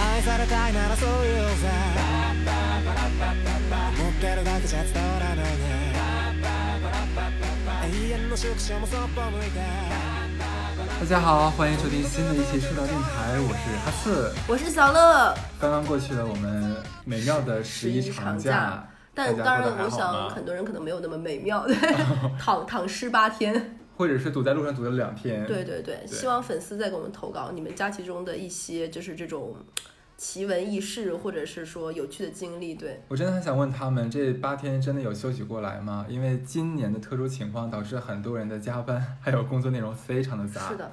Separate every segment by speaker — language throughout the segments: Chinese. Speaker 1: 愛されたいならそう言おうぜ持ってるだけじゃ伝わらないね永遠の縮小もそっぽ向いて
Speaker 2: 大家好，欢迎收听新的一期出道电台，我是哈刺。
Speaker 3: 我是小乐，
Speaker 2: 刚刚过去了我们美妙的十一长假，
Speaker 3: 但
Speaker 2: 大
Speaker 3: 当
Speaker 2: 家过
Speaker 3: 然
Speaker 2: 得还
Speaker 3: 我
Speaker 2: 好
Speaker 3: 想
Speaker 2: 吗
Speaker 3: 很？多人可能没有那么美 妙，对躺躺尸八天，
Speaker 2: 或者是堵在路上堵了两天？
Speaker 3: 对对对，希望粉丝再给我们投稿你们假期中的一些就是这种奇闻异事，或者是说有趣的经历，对，
Speaker 2: 我真的很想问他们，这八天真的有休息过来吗？因为今年的特殊情况导致很多人的加班，还有工作内容非常的杂。
Speaker 3: 是，的。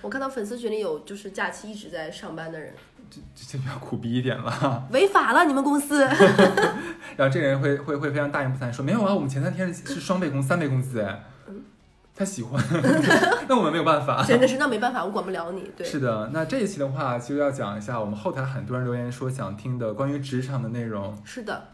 Speaker 3: 我看到粉丝群里有就是假期一直在上班的人，
Speaker 2: 这就要苦逼一点了。
Speaker 3: 违法了你们公司，
Speaker 2: 然后这个人会会会非常大言不惭地说：“没有啊，我们前三天是双倍工、三倍工资。”哎，
Speaker 3: 嗯
Speaker 2: 他喜欢， 那我们没有办法。
Speaker 3: 真的是那没办法，我管不了你，对，
Speaker 2: 是的，那这一期的话就要讲一下我们后台很多人留言说想听的关于职场的内容。
Speaker 3: 是的，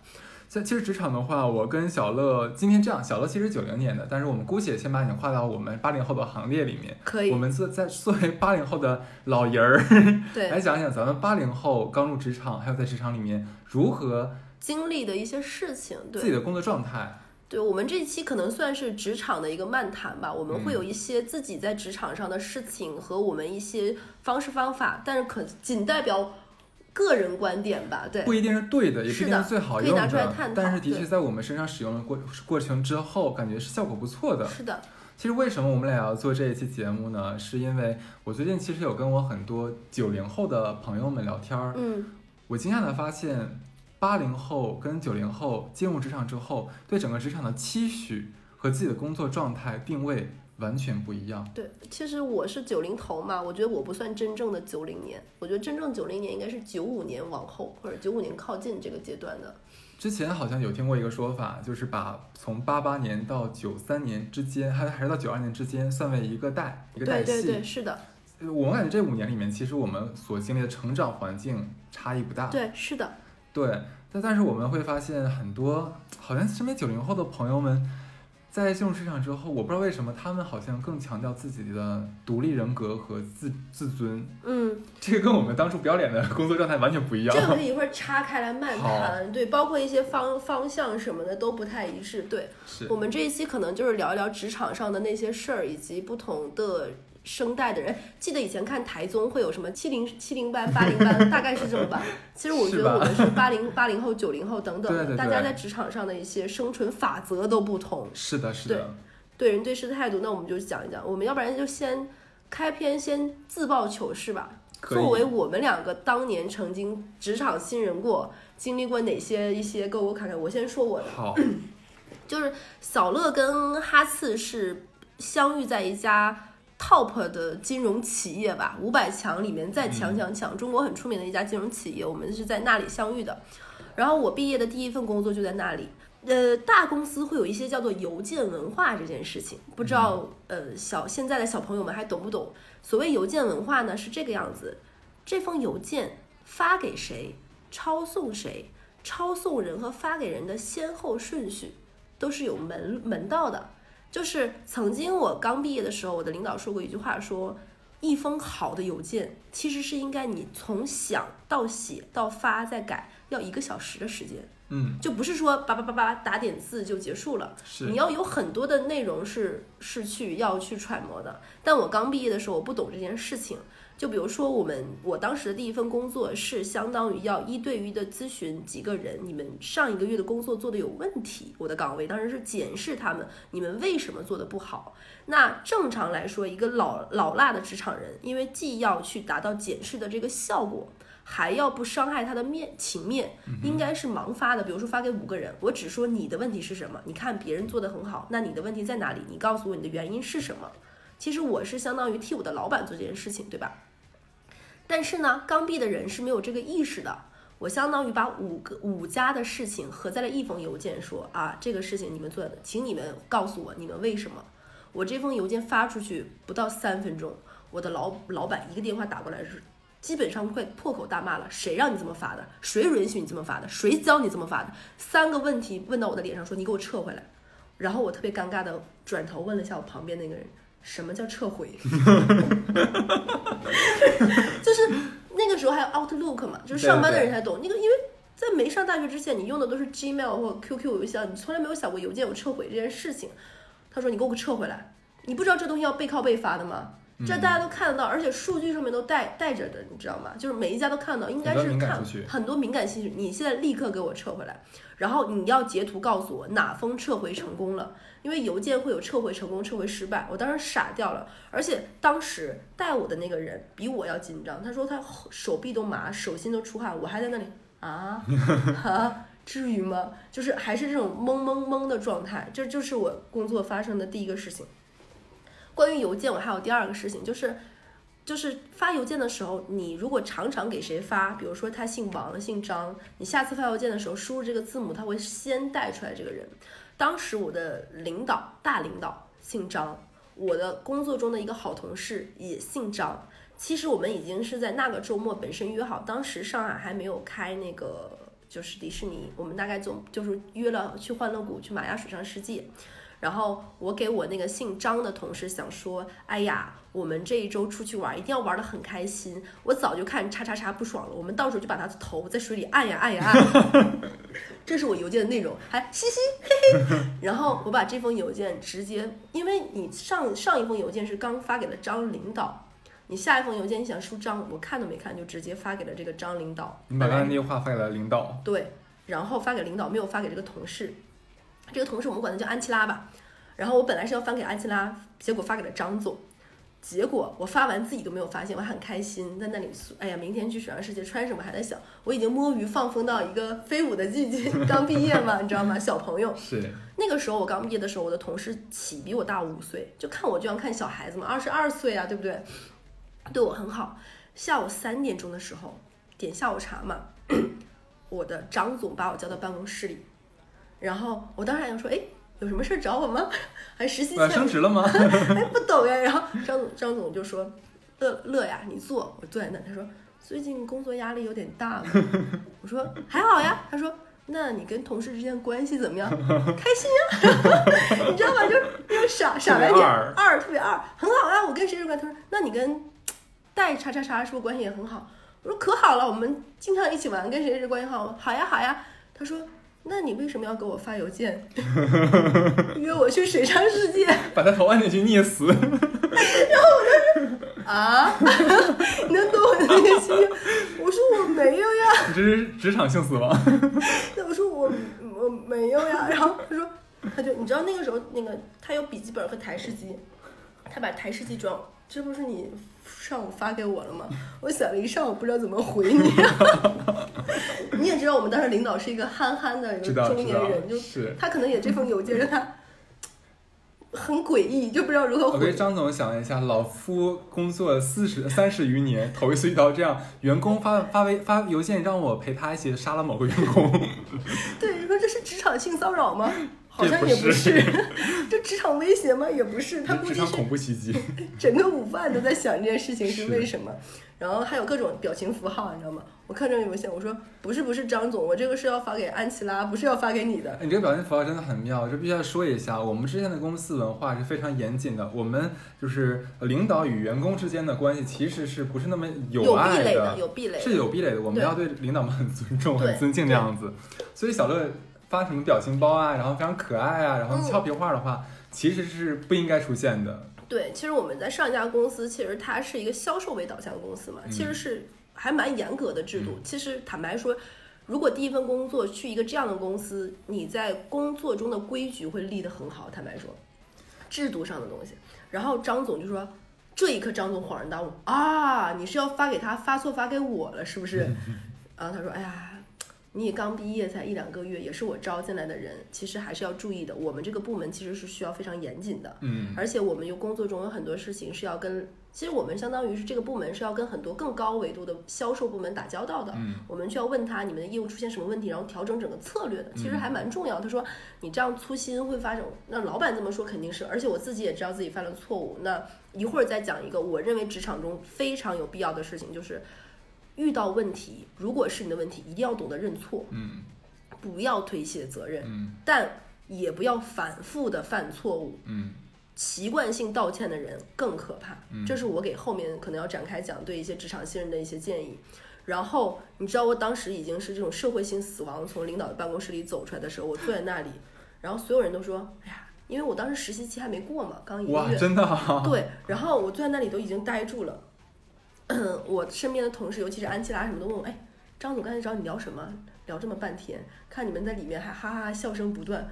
Speaker 2: 像其实职场的话，我跟小乐今天这样，小乐其实九零年的，但是我们姑且先把你划到我们八零后的行列里面。
Speaker 3: 可以
Speaker 2: 我，们作在作为八零后的老爷儿 来
Speaker 3: 对，
Speaker 2: 讲讲咱们八零后刚入职场，还有在职场里面如何
Speaker 3: 经历的一些事情，对
Speaker 2: 自，己的工作状态。
Speaker 3: 对我们这一期可能算是职场的一个漫谈吧，我们
Speaker 2: 嗯
Speaker 3: 会有一些自己在职场上的事情和我们一些方式方法，但是可仅代表个人观点吧。对
Speaker 2: 不一定是对的，也不
Speaker 3: 是
Speaker 2: 一
Speaker 3: 的
Speaker 2: 定最好
Speaker 3: 可以
Speaker 2: 用
Speaker 3: 拿出来
Speaker 2: 的
Speaker 3: 探，讨
Speaker 2: 但是的确
Speaker 3: 对
Speaker 2: 在我们身上使用了过过程之后，感觉是效果不错的。
Speaker 3: 是的，
Speaker 2: 其实为什么我们俩要做这一期节目呢？是因为我最近其实有跟我很多九零后的朋友们聊天儿，
Speaker 3: 嗯，
Speaker 2: 我惊讶的发现，八零后跟九零后进入职场之后，对整个职场的期许和自己的工作状态定位完全不一样。
Speaker 3: 对。其实我是九零头嘛，我觉得我不算真正的九零年，我觉得真正九零年应该是九五年往后或者九五年靠近这个阶段的。
Speaker 2: 之前好像有听过一个说法，就是把从八八年到九三年之间，还还是到九二年之间算为一个代一个代
Speaker 3: 对
Speaker 2: 系。
Speaker 3: 对对，是的，
Speaker 2: 呃我感觉这五年里面，其实我们所经历的成长环境差异不大。
Speaker 3: 对是的，
Speaker 2: 对，但但是我们会发现很多，好像身边九零后的朋友们，在进入职场之后，我不知道为什么他们好像更强调自己的独立人格和自自尊，
Speaker 3: 嗯。
Speaker 2: 这个跟我们当初不要脸的工作状态完全不一样
Speaker 3: 这。个可以一会儿拆开 来慢
Speaker 2: 好
Speaker 3: 谈，对，包括一些方方向什么的都不太一致。对
Speaker 2: 是
Speaker 3: 我们这一期可能就是聊一聊职场上的那些事儿，以及不同的生代的人。记得以前看台综会有什么七零七零班、八零班，大概是这么 吧。其实我觉
Speaker 2: 是吧
Speaker 3: 得我们是八零八零后、九零后等等的，
Speaker 2: 对对对
Speaker 3: 大家在职场上的一些生存法则都不同，
Speaker 2: 是的，是的，
Speaker 3: 对人对事的态度。那我们就讲一讲，我们要不然就先开篇先自曝糗事吧。
Speaker 2: 可
Speaker 3: 作为
Speaker 2: 以。
Speaker 3: 我们两个当年曾经职场新人过，经历过哪些一些沟沟坎坎，我先说我的，
Speaker 2: 好，
Speaker 3: 就是小乐跟哈次是相遇在一家 top 的金融企业吧，五百强里面再强强强，中国很出名的一家金融企业，我们是在那里相遇的。然后我毕业的第一份工作就在那里。呃，大公司会有一些叫做邮件文化这件事情，不知道呃小现在的小朋友们还懂不懂？所谓邮件文化呢是这个样子：这封邮件发给谁，抄送谁，抄送人和发给人的先后顺序都是有门门道的。就是曾经我刚毕业的时候，我的领导说过一句话说一封好的邮件，其实是应该你从想到写到发再改，要一个小时的时间，
Speaker 2: 嗯，
Speaker 3: 就不是说叭叭叭叭打点字就结束了。
Speaker 2: 是
Speaker 3: 你要有很多的内容是是去要去揣摩的。但我刚毕业的时候，我不懂这件事情。就比如说，我们我当时的第一份工作是相当于要一对一的咨询几个人，你们上一个月的工作做的有问题，我的岗位当时是检视他们，你们为什么做的不好。那正常来说，一个老老辣的职场人，因为既要去达到检视的这个效果，还要不伤害他的面情面，应该是盲发的。比如说发给五个人，我只说你的问题是什么，你看别人做的很好，那你的问题在哪里？你告诉我你的原因是什么？其实我是相当于替我的老板做这件事情，对吧？但是呢，刚愎的人是没有这个意识的。我相当于把五个五家的事情合在了一封邮件说，啊，这个事情你们做的，请你们告诉我你们为什么。我这封邮件发出去不到三分钟，我的老老板一个电话打过来是。基本上快破口大骂了，谁让你这么发的？谁允许你这么发的？谁教你这么发的？三个问题问到我的脸上，说你给我撤回来。然后我特别尴尬的转头问了一下我旁边那个人， 什么叫撤回？就是那个时候还有 Outlook 嘛，就是
Speaker 2: 对
Speaker 3: 上班的
Speaker 2: 对
Speaker 3: 人才懂那个，因为在没上大学之前，你用的都是 Gmail 或 QQ 邮箱，你从来没有想过邮件有撤回这件事情。他说：“你给我撤回来，你不知道这东西要背靠背发的吗？这
Speaker 2: 嗯
Speaker 3: 大家都看得到，而且数据上面都带带着的，你知道吗？就是每一家都看到，应该
Speaker 2: 很多
Speaker 3: 是
Speaker 2: 敏感
Speaker 3: 看
Speaker 2: 数据
Speaker 3: 很多敏感信息，你现在立刻给我撤回来，然后你要截图告诉我哪封撤回成功了，因为邮件会有撤回成功、撤回失败。我当时傻掉了，而且当时带我的那个人比我要紧张，他说他手臂都麻，手心都出汗，我还在那里啊 啊，至于吗？就是还是这种懵懵懵的状态，这就是我工作发生的第一个事情。关于邮件，我还有第二个事情，就是就是发邮件的时候，你如果常常给谁发，比如说他姓王、姓张，你下次发邮件的时候输入这个字母，他会先带出来这个人。当时我的领导，大领导姓张，我的工作中的一个好同事也姓张。其实我们已经是在那个周末本身约好，当时上海还没有开那个就是迪士尼，我们大概总就是约了去欢乐谷、去玛雅水上世界。然后我给我那个姓张的同事想说，哎呀，我们这一周出去玩，一定要玩得很开心。我早就看叉叉叉不爽了，我们到时候就把他的头在水里按呀按呀按。 这是我邮件的内容，还嘻嘻嘿嘿。然后我把这封邮件直接，因为你上上一封邮件是刚发给了张领导，你下一封邮件你想输张，我看都没看就直接发给了这个张领导。
Speaker 2: 你把
Speaker 3: 本来
Speaker 2: 刚才那句话发给了领导，
Speaker 3: 对，然后发给领导，没有发给这个同事。这个同事我们管他叫安琪拉吧。然后我本来是要发给安琪拉，结果发给了张总。结果我发完自己都没有发现，我还很开心，在那里说，哎呀，明天去水上世界穿什么？还在想，我已经摸鱼放风到一个飞舞的季节， 刚毕业嘛，你知道吗？小朋友，
Speaker 2: 是
Speaker 3: 那个时候我刚毕业的时候，我的同事起比我大五岁，就看我就像看小孩子嘛，二十二岁啊，对不对？对我很好。下午三点钟的时候点下午茶嘛，我的张总把我叫到办公室里，然后我当时还想说，哎，有什么事儿找我吗？ 还实习
Speaker 2: 呃
Speaker 3: 签
Speaker 2: 升职了吗？
Speaker 3: 哎，不懂哎。然后张总张总就说：“乐乐呀，你坐。”我坐在那，他说：“最近工作压力有点大嘛。” 我说：“还好呀。”他说：“那你跟同事之间关系怎么样？ 开心呀， 你知道吗？就是那种傻傻白
Speaker 2: 特别
Speaker 3: 甜
Speaker 2: 二
Speaker 3: 二，特别二，很好啊。我跟谁谁关系？他说：那你跟戴叉叉叉是不是关系也很好？我说可好了，我们经常一起玩，跟谁谁谁关系好吗？好呀好呀。他说。”那你为什么要给我发邮件， 约我去水上世界？
Speaker 2: 把他头按进去溺死，
Speaker 3: 啊， 你能懂我的那个心情？我说我没有呀，
Speaker 2: 你这是职场性死亡。
Speaker 3: 我说我我没有呀。然后他说，他就你知道那个时候那个他有笔记本和台式机，他把台式机装，这不是你上午发给我了吗？我想了一上午，不知道怎么回你。 你也知道我们当时领导是一个憨憨的一
Speaker 2: 知
Speaker 3: 个
Speaker 2: 道
Speaker 3: 中
Speaker 2: 知
Speaker 3: 年
Speaker 2: 道
Speaker 3: 人，就是他可能也这封邮件让他很诡异，就不知道如何
Speaker 2: 我
Speaker 3: 回
Speaker 2: 跟。张总想了一下，老夫工作四十三十余年，头一次遇到这样员工发发微发邮件让我陪他一起杀了某个员工，
Speaker 3: 对，你说这是职场性骚扰 吗？好
Speaker 2: 这
Speaker 3: 像
Speaker 2: 不
Speaker 3: 也不
Speaker 2: 是
Speaker 3: 是， 这职场威胁吗？也不是，他估
Speaker 2: 职
Speaker 3: 计
Speaker 2: 场
Speaker 3: 是
Speaker 2: 恐怖袭击。
Speaker 3: 整个午饭都在想这件事情是
Speaker 2: 是
Speaker 3: 为什么，然后还有各种表情符号，你知道吗？我看这个邮件，我说不是不是张总，我这个是要发给安琪拉，不是要发给你的。
Speaker 2: 哎你这个表现符号真的很妙，这必须要说一下。我们之前的公司文化是非常严谨的，我们就是领导与员工之间的关系其实是不是那么
Speaker 3: 有壁
Speaker 2: 爱
Speaker 3: 垒的，有壁垒
Speaker 2: 是
Speaker 3: 的。
Speaker 2: 有壁垒的，我们
Speaker 3: 对
Speaker 2: 要对领导们很尊重、
Speaker 3: 对
Speaker 2: 很尊敬这样子。所以小乐发什么表情包啊，然后非常可爱啊，然后
Speaker 3: 嗯
Speaker 2: 俏皮话的话，其实是不应该出现的。
Speaker 3: 对，其实我们在上一家公司，其实它是一个销售为导向的公司嘛，其实是还蛮严格的制度。其实坦白说，如果第一份工作去一个这样的公司，你在工作中的规矩会立得很好。坦白说，制度上的东西。然后张总就说。这一刻，张总恍然大悟啊！你是要发给他，发错发给我了，是不是？然后他说：“哎呀，你也刚毕业才一两个月，也是我招进来的人，其实还是要注意的。我们这个部门其实是需要非常严谨的。
Speaker 2: 嗯，
Speaker 3: 而且我们有工作中有很多事情是要跟，其实我们相当于是这个部门是要跟很多更高维度的销售部门打交道的。
Speaker 2: 嗯
Speaker 3: 我们就要问他你们的业务出现什么问题，然后调整整个策略的，
Speaker 2: 嗯
Speaker 3: 其实还蛮重要。他说你这样粗心会发生，那老板这么说肯定是，而且我自己也知道自己犯了错误。那一会儿再讲一个我认为职场中非常有必要的事情，就是遇到问题，如果是你的问题，一定要懂得认错，
Speaker 2: 嗯
Speaker 3: 不要推卸责任，
Speaker 2: 嗯
Speaker 3: 但也不要反复的犯错误。
Speaker 2: 嗯，
Speaker 3: 习惯性道歉的人更可怕
Speaker 2: 嗯。
Speaker 3: 这是我给后面可能要展开讲对一些职场新人的一些建议。然后你知道我当时已经是这种社会性死亡，从领导的办公室里走出来的时候，我坐在那里，然后所有人都说，哎呀，因为我当时实习期还没过嘛，刚一个
Speaker 2: 哇，
Speaker 3: 月，
Speaker 2: 真的、啊，
Speaker 3: 嗯 对，然后我坐在那里都已经呆住了。 我身边的同事，尤其是安琪拉什么的，问我：“哎，张总刚才找你聊什么？聊这么半天，看你们在里面还哈哈哈笑声不断。”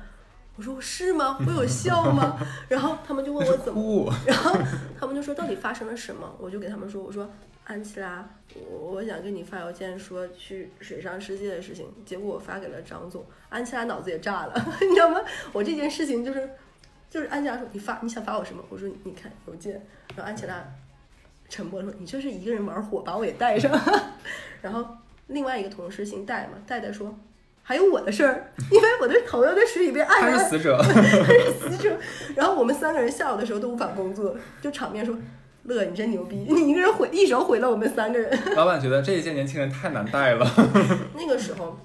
Speaker 3: 我说：“是吗？我有笑吗？” 然后他们就
Speaker 2: 那
Speaker 3: 问
Speaker 2: 是
Speaker 3: 我怎么
Speaker 2: 哭，
Speaker 3: 然后他们就说到底发生了什么，我就给他们说，我说安琪拉，我我想给你发邮件说去水上世界的事情，结果我发给了张总，安琪拉脑子也炸了， 你知道吗？我这件事情就是，就是安琪拉说你发你想发我什么，我说你看邮件，然后安琪拉沉默说你这是一个人玩火，把我也带上， 然后另外一个同事姓戴嘛，戴戴说。还有我的事儿，因为我的朋友在水里被按
Speaker 2: 他
Speaker 3: 了
Speaker 2: 是死者，
Speaker 3: 死者。然后我们三个人下午的时候都无法工作，就场面说：“乐，你真牛逼，你一个人毁一手毁了我们三个人。
Speaker 2: 老板觉得这一届年轻人太难带了，”
Speaker 3: 那个时候，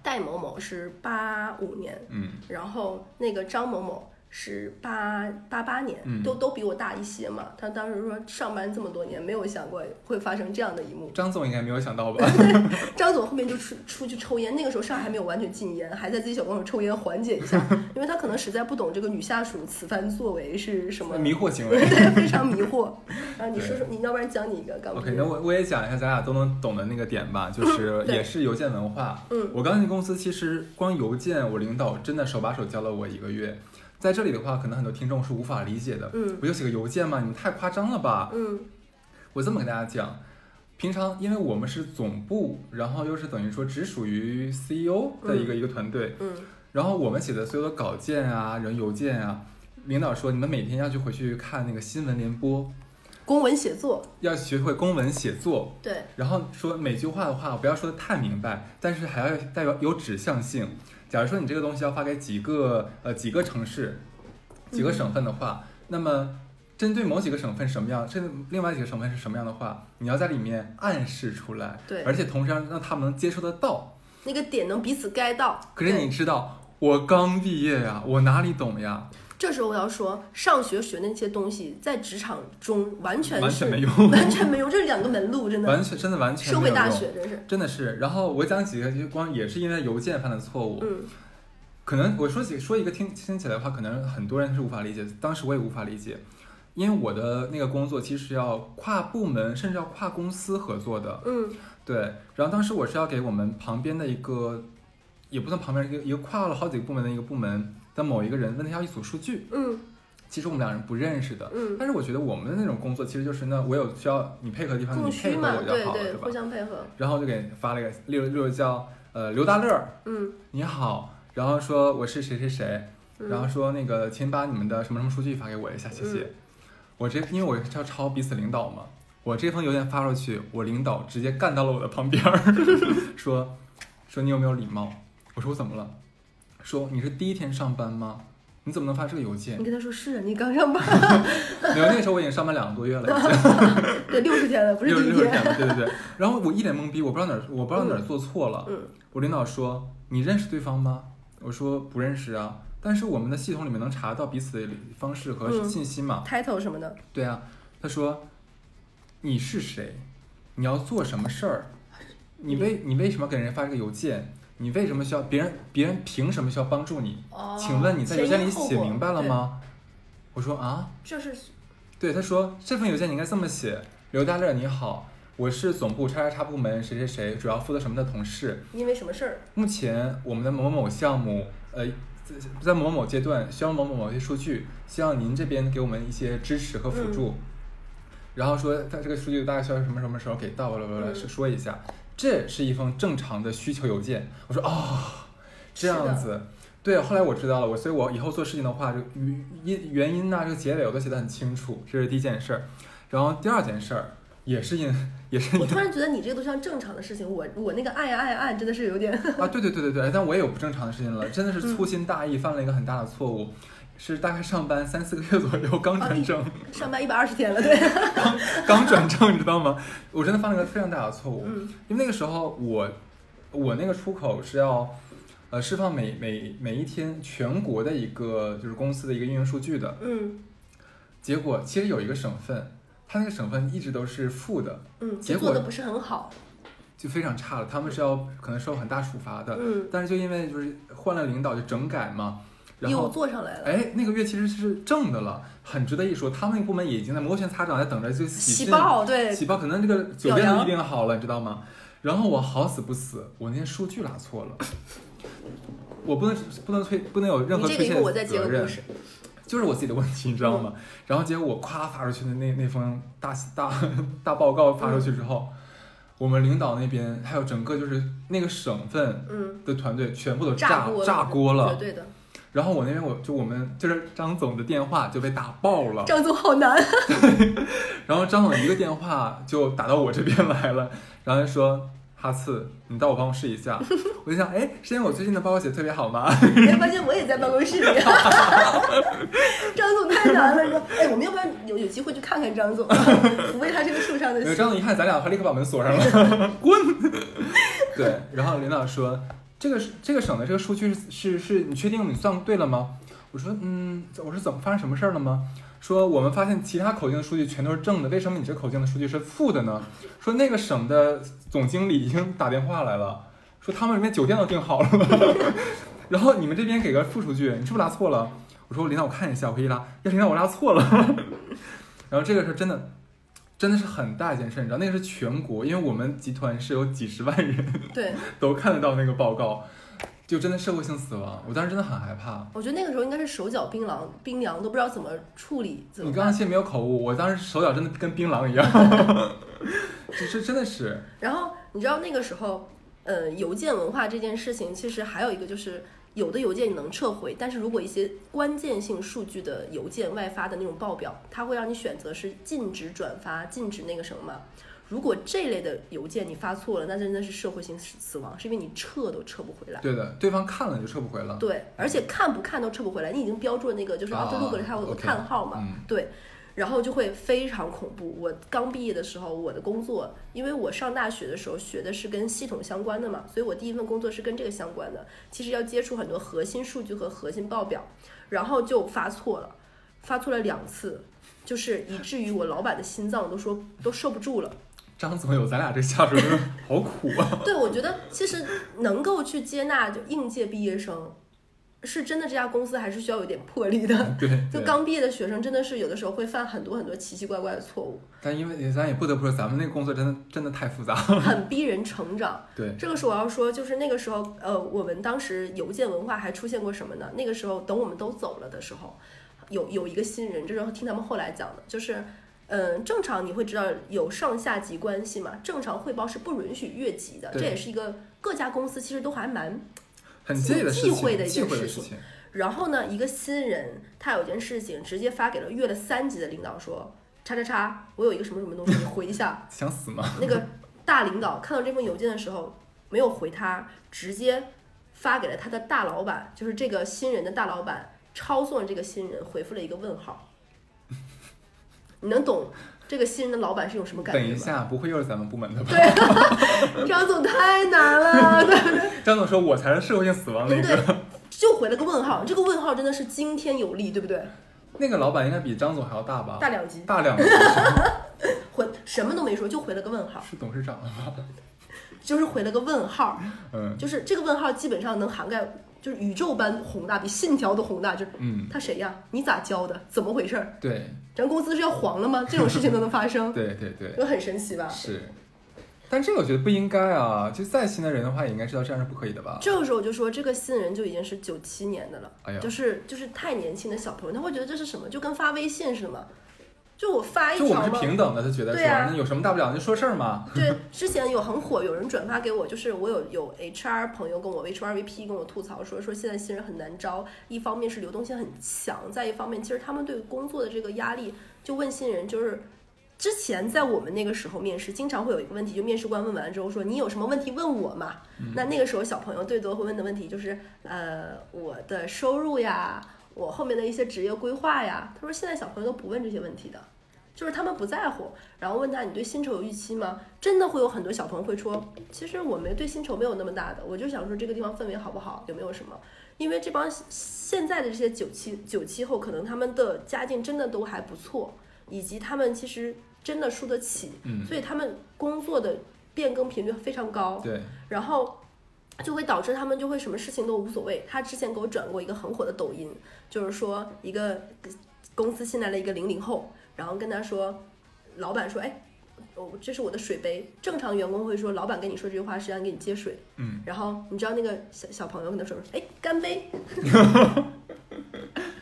Speaker 3: 戴某某是八五年，
Speaker 2: 嗯，
Speaker 3: 然后那个张某某是八八八年，
Speaker 2: 嗯
Speaker 3: 都都比我大一些嘛。他当时说上班这么多年，没有想过会发生这样的一幕。
Speaker 2: 张总应该没有想到吧？
Speaker 3: 张总后面就出出去抽烟，那个时候上海还没有完全禁烟，还在自己小帮手抽烟缓解一下，因为他可能实在不懂这个女下属此番作为是 什么
Speaker 2: 迷惑行为。
Speaker 3: 对，非常 迷惑。然后你说说，你要不然讲你一个刚毕
Speaker 2: OK，
Speaker 3: 业
Speaker 2: 那我我也讲一下咱俩都能懂的那个点吧， 就是
Speaker 3: 嗯对
Speaker 2: 也是邮件文化。
Speaker 3: 嗯，
Speaker 2: 我刚进公司，其实光邮件，我领导真的手把手教了我一个月。在这里的话，可能很多听众是无法理解的。
Speaker 3: 嗯
Speaker 2: 不就写个邮件吗？你们太夸张了吧？
Speaker 3: 嗯
Speaker 2: 我这么跟大家讲，平常因为我们是总部，然后又是等于说只属于 CEO 的一个、一个团队，
Speaker 3: 嗯
Speaker 2: 然后我们写的所有的稿件啊、人邮件啊，领导说你们每天要去回去看那个新闻联播，
Speaker 3: 公文写作，
Speaker 2: 要学会公文写作，
Speaker 3: 对，
Speaker 2: 然后说每句话的话不要说的太明白，但是还要代表有指向性。假如说你这个东西要发给几个呃几个城市、几个省份的话，那么针对某几个省份什么样，甚至另外几个省份是什么样的话，你要在里面暗示出来，
Speaker 3: 对
Speaker 2: 而且同时让他们能接受得到。
Speaker 3: 那个点能彼此 get 到。
Speaker 2: 可是
Speaker 3: 对
Speaker 2: 你知道，我刚毕业呀、我哪里懂呀？
Speaker 3: 这时候我要说，上学学那些东西，在职场中完全是
Speaker 2: 完全没用
Speaker 3: 完全没用，这是两个门路，真的。
Speaker 2: 完全真的完全
Speaker 3: 社
Speaker 2: 没
Speaker 3: 会
Speaker 2: 有
Speaker 3: 大
Speaker 2: 用
Speaker 3: 学真是，
Speaker 2: 真的是。然后我讲几个，就光也是因为邮件犯的错误，
Speaker 3: 嗯
Speaker 2: 可能我说几说一个听听起来的话，可能很多人是无法理解，当时我也无法理解，因为我的那个工作其实要跨部门，甚至要跨公司合作的，
Speaker 3: 嗯
Speaker 2: 对。然后当时我是要给我们旁边的一个，也不算旁边一个一个跨了好几个部门的一个部门的某一个人问他要一组数据，
Speaker 3: 嗯
Speaker 2: 其实我们两人不认识的。
Speaker 3: 嗯，
Speaker 2: 但是我觉得我们的那种工作其实就是那我有需要你配合的地方，
Speaker 3: 供
Speaker 2: 你配
Speaker 3: 需
Speaker 2: 合
Speaker 3: 嘛，
Speaker 2: 我就
Speaker 3: 对
Speaker 2: 好了，嗯
Speaker 3: 对，
Speaker 2: 对吧
Speaker 3: 互？相配合，
Speaker 2: 然后就给发了一个，例如例如叫呃刘大乐儿
Speaker 3: 嗯
Speaker 2: 你好，然后说我是谁谁谁，然后说那个请把你们的什么什么数据发给我一下，谢谢。我这因为我是要抄彼此领导嘛，我这封邮件发出去，我领导直接干到了我的旁边儿，说说你有没有礼貌？我说我怎么了？说你是第一天上班吗？你怎么能发这个邮件
Speaker 3: 你？跟他说是啊你刚上班，
Speaker 2: 没有，那个时候我已经上班两个多月了，已经。
Speaker 3: 对，六十天了，不是
Speaker 2: 六
Speaker 3: 第一
Speaker 2: 六
Speaker 3: 天，
Speaker 2: 天了，对对 对。然后我一脸懵逼，我不知道哪儿，我不知道哪儿做错了。
Speaker 3: 嗯
Speaker 2: 我领导说：“你认识对方吗？”我说：“不认识啊。”但是我们的系统里面能查到彼此的方式和
Speaker 3: 嗯
Speaker 2: 信息嘛？
Speaker 3: ，title 什么的，
Speaker 2: 对啊。他说：“你是谁？你要做什么事儿？你
Speaker 3: 嗯
Speaker 2: 为你为什么给人发这个邮件？你为什么需要别人？别人凭什么需要帮助你？
Speaker 3: 哦
Speaker 2: 请问你在邮件里写明白了？
Speaker 3: 前因后果
Speaker 2: 吗？”我说：“啊。”
Speaker 3: 对这是
Speaker 2: 对，他说这份邮件你应该这么写：刘大乐，你好，我是总部叉叉叉部门谁谁谁，主要负责什么的同事。
Speaker 3: 因为什么事儿？
Speaker 2: 目前我们的某某某项目，呃，在在某某阶段需要某某某一些数据，希望您这边给我们一些支持和辅助。
Speaker 3: 嗯
Speaker 2: 然后说他这个数据大概需要什么什么时候给到，来
Speaker 3: 嗯
Speaker 2: 说一下。这是一封正常的需求邮件。我说哦，这
Speaker 3: 是
Speaker 2: 样
Speaker 3: 的
Speaker 2: 子。对，后来我知道了，我所以，我以后做事情的话，这个原因原因呐、这个结尾我都写得很清楚，这是第一件事儿。然后第二件事儿也是因也是 因
Speaker 3: 我突然觉得你这个都像正常的事情，我我那个爱呀爱呀啊爱真的是有点，
Speaker 2: 啊，对对对对对，但我也有不正常的事情了，真的是粗心大意，犯了一个很大的错误，是大概上班三四个月左右刚
Speaker 3: 啊
Speaker 2: 转
Speaker 3: 你
Speaker 2: 正，
Speaker 3: 上班一百二十 天了，对，
Speaker 2: 刚转正，你知道吗？我真的犯了一个非常大的错误，
Speaker 3: 嗯
Speaker 2: 因为那个时候我我那个出口是要呃释放每每每一天全国的一个就是公司的一个运营数据的，
Speaker 3: 嗯
Speaker 2: 结果其实有一个省份，它那个省份一直都是负的，
Speaker 3: 嗯，
Speaker 2: 结
Speaker 3: 就
Speaker 2: 果
Speaker 3: 做的不是很好，
Speaker 2: 就非常差了，他们是要可能受很大处罚的。
Speaker 3: 嗯，
Speaker 2: 但是就因为就是换了领导就整改嘛，然
Speaker 3: 业务
Speaker 2: 后
Speaker 3: 做上来了，
Speaker 2: 哎那个月其实是正的了，很值得一说。他们那个部门也已经在摩拳擦掌，在等着就喜
Speaker 3: 喜
Speaker 2: 讯
Speaker 3: 报对，
Speaker 2: 喜报，可能这个酒
Speaker 3: 表
Speaker 2: 店都
Speaker 3: 扬
Speaker 2: 预定好了，你知道吗？然后我好死不死，我那天数据拉错了， 我不能不能推不能有任
Speaker 3: 你
Speaker 2: 何
Speaker 3: 这个
Speaker 2: 推
Speaker 3: 一
Speaker 2: 卸
Speaker 3: 会儿我
Speaker 2: 的
Speaker 3: 再接
Speaker 2: 责
Speaker 3: 个故
Speaker 2: 任，
Speaker 3: 事，
Speaker 2: 就是我自己的问题，你知道吗？然后结果我咵发出去的那那封大大 大报告发出去之后，我们领导那边还有整个就是那个省份
Speaker 3: 嗯，
Speaker 2: 的团队全部都
Speaker 3: 炸
Speaker 2: 炸
Speaker 3: 锅
Speaker 2: 炸锅
Speaker 3: 绝
Speaker 2: 了，
Speaker 3: 对的，
Speaker 2: 然后我那边我就我们就是张总的电话就被打爆了，
Speaker 3: 张总好难，
Speaker 2: 然后张总一个电话就打到我这边来了，然后就说哈次，你到我办公室一下。我就想，哎，是因为我最近的报告写得特别好吗？
Speaker 3: 你会发现我也在办公室里，啊 张总太难了，你知道哎，我们要不然有有机会去看看张总， 抚慰他这个树上的
Speaker 2: 然后
Speaker 3: 心，
Speaker 2: 张总一看咱俩，他立刻把门锁上 了，滚。对，然后领导说，这个是这个省的这个数据是是是你确定你算对了吗？我说，嗯，我说怎么发生什么事儿了吗？说我们发现其他口径的数据全都是正的，为什么你这口径的数据是负的呢？说那个省的总经理已经打电话来了，说他们那边酒店都订好了， 然后你们这边给个负数据，你是不是拉错了？我说领导我看一下，我可以拉，要是领导我拉错了， 然后这个是真的。真的是很大一件事，你知道，那个是全国，因为我们集团是有几十万人，
Speaker 3: 对。
Speaker 2: 都看得到那个报告，就真的社会性死亡，我当时真的很害怕。
Speaker 3: 我觉得那个时候应该是手脚冰凉，冰凉都不知道怎么处理，怎
Speaker 2: 你
Speaker 3: 么
Speaker 2: 刚刚
Speaker 3: 办。
Speaker 2: 其实没有口误，我当时手脚真的跟槟榔一样， 这这真的是，
Speaker 3: 然后你知道那个时候，呃，邮件文化这件事情，其实还有一个就是，有的邮件你能撤回，但是如果一些关键性数据的邮件外发的那种报表，它会让你选择是禁止转发、禁止那个什么嘛。如果这类的邮件你发错了，那真的是社会性死死亡，是因为你撤都撤不回来。
Speaker 2: 对的，对方看了就撤不回了。
Speaker 3: 对，而且看不看都撤不回来，你已经标注了那个就是
Speaker 2: 啊
Speaker 3: Outlook 里它有个
Speaker 2: OK，
Speaker 3: 叹号嘛，
Speaker 2: 嗯
Speaker 3: 对，然后就会非常恐怖。我刚毕业的时候，我的工作，因为我上大学的时候学的是跟系统相关的嘛，所以我第一份工作是跟这个相关的，其实要接触很多核心数据和核心报表，然后就发错了，发错了两次，就是以至于我老板的心脏都说都受不住了。
Speaker 2: 张总有咱俩这下属真的好苦啊！
Speaker 3: 对，我觉得其实能够去接纳就应届毕业生，是真的这家公司还是需要有点魄力的。
Speaker 2: 对，
Speaker 3: 就
Speaker 2: 嗯对
Speaker 3: 刚毕业的学生，真的是有的时候会犯很多很多奇奇怪怪的错误，
Speaker 2: 但因为咱也不得不说，咱们那个工作真的真的太复杂。
Speaker 3: 很逼人成长。
Speaker 2: 对，
Speaker 3: 这个是我要说，就是那个时候，呃，我们当时邮件文化还出现过什么呢？那个时候，等我们都走了的时候，有有一个新人，这时候听他们后来讲的，就是，嗯、正常你会知道有上下级关系嘛，正常汇报是不允许越级的，这
Speaker 2: 对
Speaker 3: 也是一个各家公司其实都还蛮
Speaker 2: 很忌的事情，
Speaker 3: 忌讳的一
Speaker 2: 忌
Speaker 3: 件
Speaker 2: 讳的
Speaker 3: 事
Speaker 2: 事
Speaker 3: 情
Speaker 2: 情。
Speaker 3: 然后呢，一个新人他有件事情直接发给了越了三级的领导说，叉叉叉，我有一个什么什么东西，你回一下。
Speaker 2: 想死吗？
Speaker 3: 那个大领导看到这封邮件的时候没有回他，直接发给了他的大老板，就是这个新人的大老板，抄送了这个新人，回复了一个问号。 你能懂这个新人的老板是一种什么感觉
Speaker 2: 等
Speaker 3: 吗？
Speaker 2: 一下，不会又是咱们部门的吧？
Speaker 3: 张总太 难了，对不对？
Speaker 2: 张总说，我才是社会性死亡那
Speaker 3: 对
Speaker 2: 个。
Speaker 3: 对，就回了个问号，这个问号真的是惊天有力，对不对？
Speaker 2: 那个老板应该比张总还要大吧？
Speaker 3: 大两级，
Speaker 2: 大两个，
Speaker 3: 回什么都没说，就回了个问号，
Speaker 2: 是董事长了吧？
Speaker 3: 就是回了个问号。
Speaker 2: 嗯
Speaker 3: 就是这个问号基本上能涵盖就是宇宙般宏大，比信条都宏大。就是
Speaker 2: 嗯，
Speaker 3: 他谁呀？你咋教的？怎么回事儿？
Speaker 2: 对
Speaker 3: 咱公司是要黄了吗？这种事情都能发生，
Speaker 2: 对对对，
Speaker 3: 就很神奇吧？
Speaker 2: 是。但这个我觉得不应该啊，就再新的人的话，也应该知道这样是不可以的吧？
Speaker 3: 这个时候我就说，这个新人就已经是九七年的了，
Speaker 2: 哎呀
Speaker 3: 就是就是太年轻的小朋友，他会觉得这是什么，就跟发微信似的嘛，就我发一
Speaker 2: 就我
Speaker 3: 条
Speaker 2: 们是
Speaker 3: 嘛。
Speaker 2: 平等的，他觉得
Speaker 3: 对
Speaker 2: 说、
Speaker 3: 啊
Speaker 2: 那有什么大不了，你就说事儿嘛。
Speaker 3: 对，之前有很火，有人转发给我，就是我有有 HR 朋友跟我 HR VP 跟我吐槽说，说现在新人很难招，一方面是流动性很强，再一方面其实他们对工作的这个压力，就问新人就是。之前在我们那个时候面试，经常会有一个问题，就面试官问完之后说：“你有什么问题问我嘛？”那那个时候小朋友最多会问的问题就是：“呃，我的收入呀，我后面的一些职业规划呀。”他说现在小朋友都不问这些问题的，就是他们不在乎。然后问他你对薪酬有预期吗？真的会有很多小朋友会说，其实我没对薪酬没有那么大的，我就想说这个地方氛围好不好，有没有什么？因为这帮现在的这些九七九七后，可能他们的家境真的都还不错，以及他们其实真的输得起，
Speaker 2: 嗯
Speaker 3: 所以他们工作的。变更频率非常高，
Speaker 2: 对，
Speaker 3: 然后就会导致他们就会什么事情都无所谓。他之前给我转过一个很火的抖音，就是说一个公司新来了一个零零后，然后跟他说，老板说，哎，我这是我的水杯。正常员工会说，老板跟你说这句话是让你给你接水，
Speaker 2: 嗯，
Speaker 3: 然后你知道那个小小朋友跟他说，哎，干杯。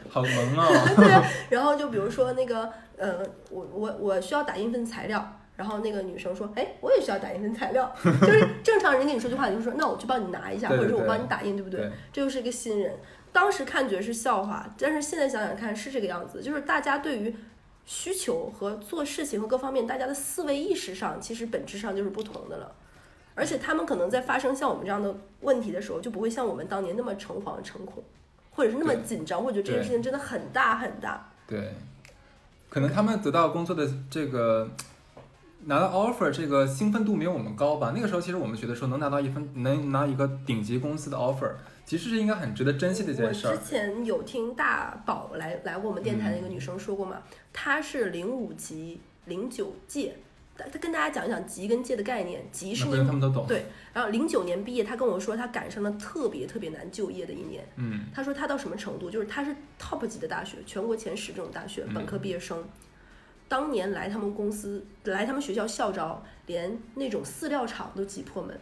Speaker 2: 好萌哦，
Speaker 3: 然后就比如说那个，呃，我我我需要打印份材料。然后那个女生说：“哎，我也需要打印份材 料。”就是正常人跟你说句话，你就说：“那我去帮你拿一下，
Speaker 2: 对对
Speaker 3: 或者是我
Speaker 2: 对
Speaker 3: 帮你打印，对不对？”
Speaker 2: 对，
Speaker 3: 这就是一个新人。当时看觉得是笑话，但是现在想想看是这个样子，就是大家对于需求和做事情和各方面，大家的思维意识上其实本质上就是不同的了。而且他们可能在发生像我们这样的问题的时候，就不会像我们当年那么诚惶诚恐，或者是那么
Speaker 2: 对
Speaker 3: 紧张，或者觉得这件
Speaker 2: 对
Speaker 3: 事情真的很大很大。
Speaker 2: 对，可能他们得到工作的这个拿到 offer 这个兴奋度没有我们高吧。那个时候其实我们觉得说能拿到一份能拿一个顶级公司的 offer，其实是应该很值得珍惜的一
Speaker 3: 我
Speaker 2: 件事
Speaker 3: 之
Speaker 2: 儿。嗯
Speaker 3: 前有听大宝来来过我们电台的一个女生说过嘛，她是零五级、零九届，她她跟大家讲一讲级跟届的概念，级是
Speaker 2: 那不
Speaker 3: 你
Speaker 2: 用他们都懂。
Speaker 3: 对然后零九年毕业，他跟我说他赶上了特别特别难就业的一年。
Speaker 2: 嗯，
Speaker 3: 他说他到什么程度，就是他是 top 级的大学，全国前十这种大学，
Speaker 2: 嗯
Speaker 3: 本科毕业生。当年来他们公司，来他们学校校招，连那种饲料厂都挤破门。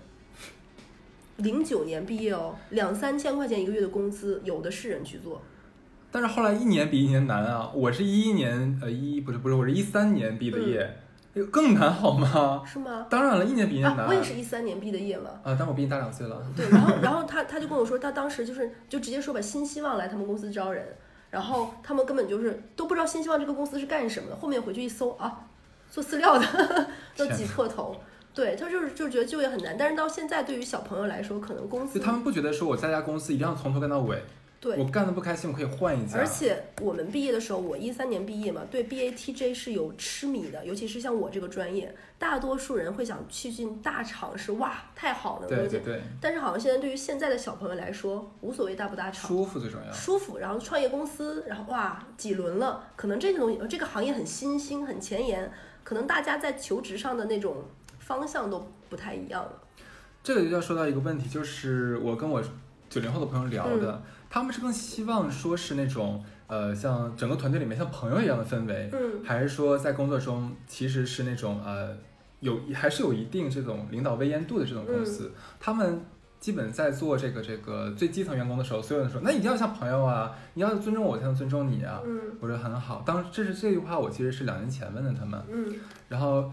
Speaker 3: 零九年毕业哦，两三千块钱一个月的工资，有的是人去做。
Speaker 2: 但是后来一年比一年难啊！我是一一年，呃，一不是不是，我是一三年毕的
Speaker 3: 嗯
Speaker 2: 业，哎更难好吗？
Speaker 3: 是吗？
Speaker 2: 当然了，一年比一年难。
Speaker 3: 啊，我也是一三年毕的业嘛。
Speaker 2: 啊，但我比你大两岁了。
Speaker 3: 对，然后然后他他就跟我说，他当时就是就直接说把新希望来他们公司招人，然后他们根本就是都不知道新希望这个公司是干什么的，后面回去一搜啊，做饲料的 都挤破头。对他就是就觉得就业很难，但是到现在对于小朋友来说，可能公司
Speaker 2: 就他们不觉得说我在家公司一定要从头干到尾，
Speaker 3: 对
Speaker 2: 我干的不开心，我可以换一家。
Speaker 3: 而且我们毕业的时候，我一三年毕业嘛，对 BATJ 是有痴迷的，尤其是像我这个专业，大多数人会想去进大厂是哇太好了，
Speaker 2: 对
Speaker 3: 能
Speaker 2: 对
Speaker 3: 进。
Speaker 2: 对，
Speaker 3: 但是好像现在对于现在的小朋友来说，无所谓大不大厂，
Speaker 2: 舒服最重要。
Speaker 3: 舒服，然后创业公司，然后哇几轮了，可能这些东西，呃这个行业很新兴、很前沿，可能大家在求职上的那种方向都不太一样了。
Speaker 2: 这个就要说到一个问题，就是我跟我九零后的朋友聊的，
Speaker 3: 嗯
Speaker 2: 他们是更希望说是那种呃，像整个团队里面像朋友一样的氛围，
Speaker 3: 嗯
Speaker 2: 还是说在工作中其实是那种呃有还是有一定这种领导威严度的这种公司，
Speaker 3: 嗯
Speaker 2: 他们。基本在做这个这个最基层员工的时候，所有人说，那一定要像朋友啊，你要尊重我才能尊重你啊。
Speaker 3: 嗯
Speaker 2: 我说很好，当时这是这句话，我其实是两年前问的他们，
Speaker 3: 嗯
Speaker 2: 然后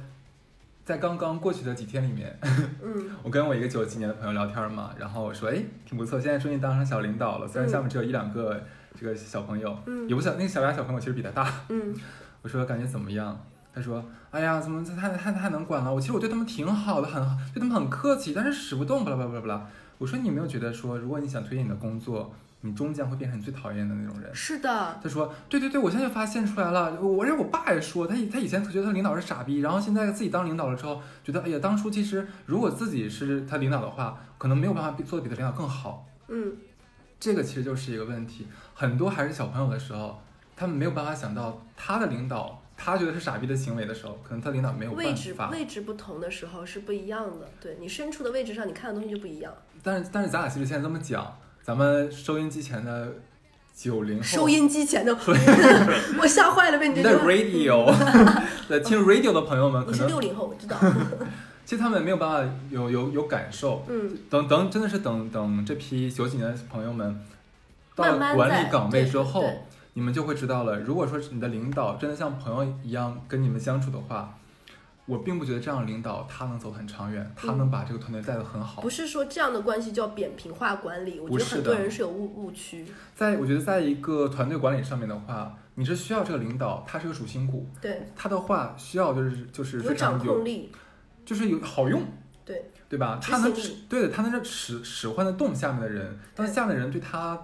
Speaker 2: 在刚刚过去的几天里面，
Speaker 3: 嗯
Speaker 2: 我跟我一个九七年的朋友聊天嘛，然后我说，哎，挺不错，现在终于当上小领导了。虽然下面只有一两个这个小朋友，
Speaker 3: 嗯
Speaker 2: 也不小，那个小俩小朋友其实比他大。
Speaker 3: 嗯
Speaker 2: 我说感觉怎么样？他说，哎呀，怎么太太太难管了？我其实我对他们挺好的，很对他们很客气，但是使不动，巴拉巴拉巴拉巴拉。我说你有没有觉得说，如果你想推荐你的工作，你终将会变成你最讨厌的那种人？
Speaker 3: 是的，
Speaker 2: 他说：“对对对，我现在就发现出来了。我我让我爸也说，他以他以前觉得他领导是傻逼，然后现在自己当领导了之后，觉得哎呀，当初其实如果自己是他领导的话，可能没有办法比做的比他领导更好。
Speaker 3: 嗯
Speaker 2: 这个其实就是一个问题，很多还是小朋友的时候，他们没有办法想到他的领导，他觉得是傻逼的行为的时候，可能他领导没有
Speaker 3: 位
Speaker 2: 办
Speaker 3: 置
Speaker 2: 法。
Speaker 3: 位置不同的时候是不一样的，对你身处的位置上，你看的东西就不一样。
Speaker 2: 但是但是咱俩其实现在这么讲，咱们收音机前的九零后，
Speaker 3: 收音 机前的我吓坏了，被你
Speaker 2: 你
Speaker 3: 这句
Speaker 2: 的
Speaker 3: 话。
Speaker 2: radio，对 听 radio 的朋友们，可
Speaker 3: 你是
Speaker 2: 能
Speaker 3: 六零后，我知道。
Speaker 2: 其实他们没有办法有有有感受。
Speaker 3: 嗯，
Speaker 2: 等等，真的是等等这批九几年的朋友们到
Speaker 3: 慢
Speaker 2: 了
Speaker 3: 慢
Speaker 2: 管理
Speaker 3: 在
Speaker 2: 岗位
Speaker 3: 对
Speaker 2: 之后，
Speaker 3: 对对
Speaker 2: 你们就会知道了。如果说是你的领导真的像朋友一样跟你们相处的话，我并不觉得这样的领导他能走很长远，他能把这个团队带得很 好。
Speaker 3: 嗯不是说这样的关系叫扁平化管理，我觉
Speaker 2: 不
Speaker 3: 得
Speaker 2: 是
Speaker 3: 很多
Speaker 2: 的
Speaker 3: 人是有误误区。
Speaker 2: 在我觉得，在一个团队管理上面的话，你是需要这个领导，他是个主心骨，
Speaker 3: 对，
Speaker 2: 他的话需要就是就是
Speaker 3: 有
Speaker 2: 非
Speaker 3: 掌
Speaker 2: 常
Speaker 3: 控力，
Speaker 2: 就是有好用，
Speaker 3: 对
Speaker 2: 对吧？
Speaker 3: 嗯执
Speaker 2: 他能
Speaker 3: 行
Speaker 2: 使对的，他能让使使唤得动下面的人，当
Speaker 3: 对
Speaker 2: 下面的人对他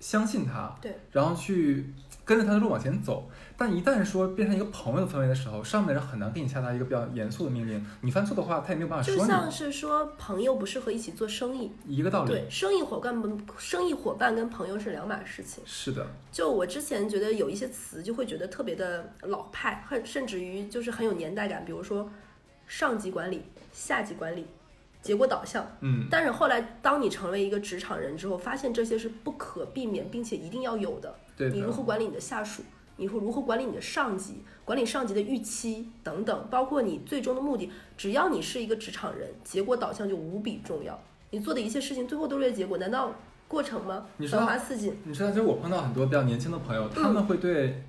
Speaker 2: 相信他，
Speaker 3: 对，
Speaker 2: 然后去跟着他的路往前走。但一旦说变成一个朋友的氛围的时候，上面的人很难给你下达一个比较严肃的命令，你犯错的话，他也没有办法
Speaker 3: 就
Speaker 2: 啊说
Speaker 3: 像是说朋友不适合一起做生意，
Speaker 2: 你，一个道理。
Speaker 3: 对，生意伙伴不，生意伙伴跟朋友是两码事情。
Speaker 2: 是的，
Speaker 3: 就我之前觉得有一些词就会觉得特别的老派，很甚至于就是很有年代感，比如说上级管理、下级管理、结果导向。
Speaker 2: 嗯
Speaker 3: 但是后来，当你成为一个职场人之后，发现这些是不可避免，并且一定要有的。
Speaker 2: 对的
Speaker 3: 你如何管理你的下属？你会如何管理你的上级？管理上级的预期等等，包括你最终的目的。只要你是一个职场人，结果导向就无比重要。你做的一切事情最后都是为了结果，难道过程吗？
Speaker 2: 你说
Speaker 3: 繁花似锦，
Speaker 2: 你知道，就是我碰到很多比较年轻的朋友，他
Speaker 3: 嗯
Speaker 2: 们会对，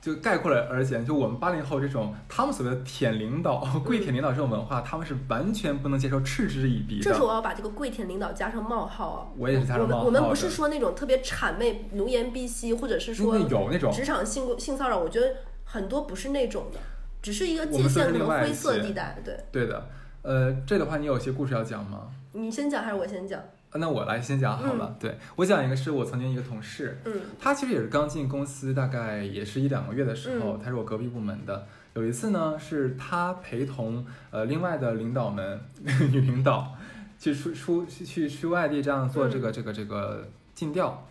Speaker 2: 就概括了而言，就我们八零后这种，他们所谓的舔领导、 跪舔领导这种文化，他们是完全不能接受，嗤之以鼻
Speaker 3: 这时
Speaker 2: 的。
Speaker 3: 候我要把这个跪舔领导加上冒号啊！
Speaker 2: 我也是加上冒号
Speaker 3: 我们
Speaker 2: 的
Speaker 3: 我们不是说那种特别谄媚、奴颜婢膝，或者是说
Speaker 2: 那有那种
Speaker 3: 职场性过性骚扰，我觉得很多不是那种的，只是一个
Speaker 2: 我
Speaker 3: 界
Speaker 2: 们说
Speaker 3: 限
Speaker 2: 是另
Speaker 3: 可能
Speaker 2: 外一
Speaker 3: 灰色
Speaker 2: 些
Speaker 3: 地带。对
Speaker 2: 对的，呃，这的话你有些故事要讲吗？
Speaker 3: 你先讲还是我先讲？
Speaker 2: 啊那我来先讲好了。对我讲一个是我曾经一个同事，
Speaker 3: 嗯
Speaker 2: 他其实也是刚进公司，大概也是一两个月的时候，
Speaker 3: 嗯
Speaker 2: 他是我隔壁部门的。有一次呢，是他陪同呃另外的领导们， 女领导去出出去去去外地这样做这个、
Speaker 3: 嗯
Speaker 2: 这个这个尽调。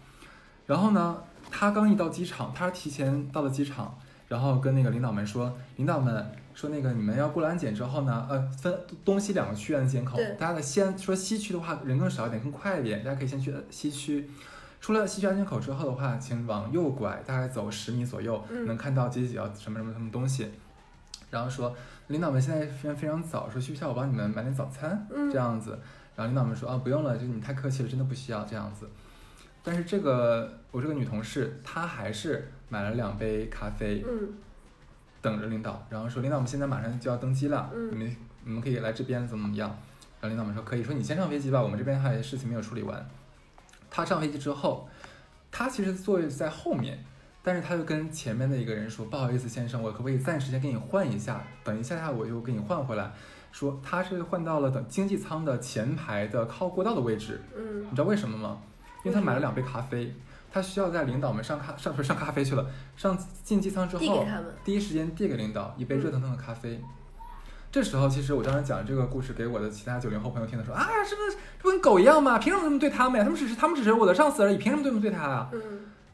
Speaker 2: 然后呢，他刚一到机场，他是提前到了机场，然后跟那个领导们说，领导们说那个你们要过了安检之后呢，呃，分东西两个区安检口
Speaker 3: 对，
Speaker 2: 大家的西安说西区的话人更少一点，更快一点，大家可以先去西区。出了西区安检口之后的话，请往右拐，大概走十米左右，
Speaker 3: 嗯
Speaker 2: 能看到街角什么什么什么东西。然后说，领导们现在非常非常早，说需不需要我帮你们买点早餐？
Speaker 3: 嗯
Speaker 2: 这样子。然后领导们说啊，不用了，就你太客气了，真的不需要这样子。但是这个我这个女同事，她还是买了两杯咖啡，
Speaker 3: 嗯
Speaker 2: 等着领导，然后说领导，我们现在马上就要登机了，
Speaker 3: 嗯
Speaker 2: 你们你们可以来这边怎么怎么样？然后领导们说可以，说你先上飞机吧，我们这边还有事情没有处理完。他上飞机之后，他其实座位在后面，但是他就跟前面的一个人说，不好意思先生，我可不可以暂时先给你换一下，等一下下我就给你换回来。说他是换到了等经济舱的前排的靠过道的位置，
Speaker 3: 嗯
Speaker 2: 你知道为什么吗？因为他
Speaker 3: 为什么
Speaker 2: 买了两杯咖啡，他需要在领导们上咖上不是上咖啡去了，上进机舱之后
Speaker 3: 递给他们嗯
Speaker 2: 第一时间递给领导一杯热腾腾的咖啡。这时候，其实我当时讲这个故事给我的其他九零后朋友听的时候，啊，是不是这不跟狗一样吗？凭什么这么对他们呀？他们只是他们只是我的上司而已，凭什么这么对他啊？
Speaker 3: 嗯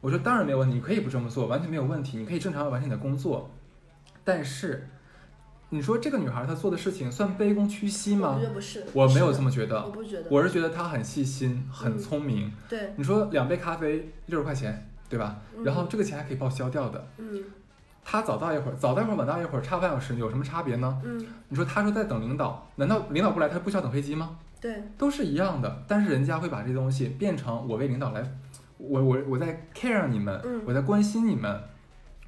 Speaker 2: 我说当然没有问题，你可以不这么做，完全没有问题，你可以正常地完成你的工作。但是，你说这个女孩她做的事情算卑躬屈膝
Speaker 3: 我
Speaker 2: 吗
Speaker 3: 觉？得不是，
Speaker 2: 我没有
Speaker 3: 是的
Speaker 2: 这么觉
Speaker 3: 我
Speaker 2: 得，
Speaker 3: 不觉得，
Speaker 2: 我是觉得她很细心，很
Speaker 3: 嗯
Speaker 2: 聪明。
Speaker 3: 对，
Speaker 2: 你说两杯咖啡六十块钱，对吧？
Speaker 3: 嗯
Speaker 2: 然后这个钱还可以报销掉的。
Speaker 3: 嗯
Speaker 2: 他早到一会儿，早到一会儿，晚到一会儿，差半小时有什么差别呢？
Speaker 3: 嗯，
Speaker 2: 你说他说在等领导，难道领导不来他不需要等飞机吗？
Speaker 3: 对，
Speaker 2: 都是一样的，但是人家会把这东西变成我为领导来，我我我在 care 你们，
Speaker 3: 嗯
Speaker 2: 我在关心你们，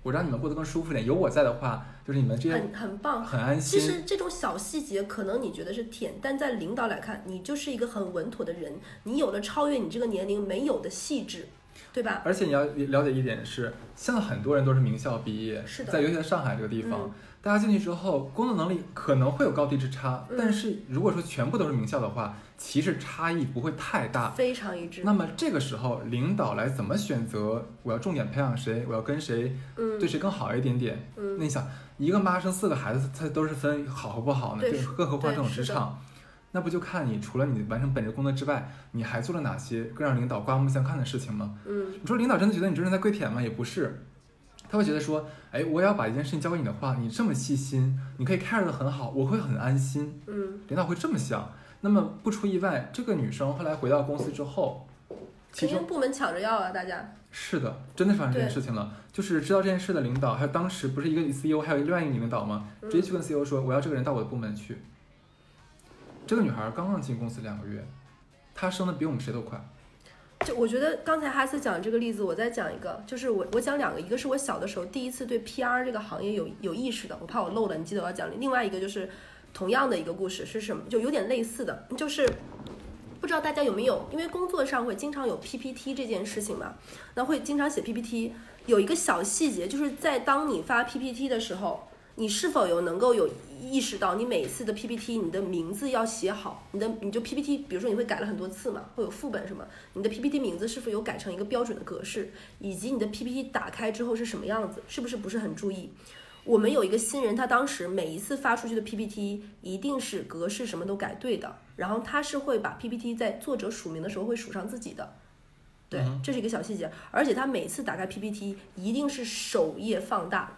Speaker 2: 我让你们过得更舒服一点。有我在的话，就是你们这些
Speaker 3: 很很棒。
Speaker 2: 很安
Speaker 3: 其
Speaker 2: 心。
Speaker 3: 实这种小细节，可能你觉得是舔，但在领导来看，你就是一个很稳妥的人，你有了超越你这个年龄没有的细致，对吧？
Speaker 2: 而且你要了解一点是，现在很多人都是名校毕业，
Speaker 3: 是的
Speaker 2: 在尤其在上海这个地方，
Speaker 3: 嗯
Speaker 2: 大家进去之后，工作能力可能会有高低之差，
Speaker 3: 嗯
Speaker 2: 但是如果说全部都是名校的话，其实差异不会太大。
Speaker 3: 非常一致。
Speaker 2: 那么这个时候，领导来怎么选择？我要重点培养谁？我要跟谁
Speaker 3: 嗯
Speaker 2: 对谁更好一点点？
Speaker 3: 嗯
Speaker 2: 那你想，一个妈生四个孩子，她都是分好和不好呢，
Speaker 3: 对
Speaker 2: 就是更何况
Speaker 3: 对
Speaker 2: 这种
Speaker 3: 是
Speaker 2: 职
Speaker 3: 的
Speaker 2: 场，那不就看你除了你完成本职工作之外，你还做了哪些更让领导刮目相看的事情吗？
Speaker 3: 嗯
Speaker 2: 你说领导真的觉得你这是在跪舔吗？也不是，他会觉得说，哎，我要把一件事情交给你的话，你这么细心，你可以 care 的很好，我会很安心。
Speaker 3: 嗯，
Speaker 2: 领导会这么想。那么不出意外，这个女生后来回到公司之后，其
Speaker 3: 肯
Speaker 2: 中
Speaker 3: 定部门抢着要啊，大家。
Speaker 2: 是的，真的是发生这件事情了。就是知道这件事的领导，还有当时不是一个 CEO，还有另外一个女领导吗？
Speaker 3: 嗯
Speaker 2: 直接去跟 CEO 说，我要这个人到我的部门去。这个女孩刚刚进公司两个月，她升的比我们谁都快。
Speaker 3: 就我觉得刚才哈斯讲的这个例子，我再讲一个，就是我我讲两个，一个是我小的时候第一次对 PR 这个行业有有意识的，我怕我漏了，你记得我要讲。另外一个就是同样的一个故事是什么，就有点类似的，就是不知道大家有没有，因为工作上会经常有 PPT 这件事情嘛，那会经常写 PPT，有一个小细节就是在当你发 PPT 的时候，你是否有能够有意识到你每一次的 PPT，你的名字要写好，你的你就 PPT，比如说你会改了很多次嘛，会有副本什么，你的 PPT 名字是否有改成一个标准的格式，以及你的 PPT 打开之后是什么样子，是不是不是很注意？我们有一个新人，他当时每一次发出去的 PPT 一定是格式什么都改对的，然后他是会把 PPT 在作者署名的时候会署上自己的，对，这是一个小细节，而且他每次打开 PPT 一定是首页放大，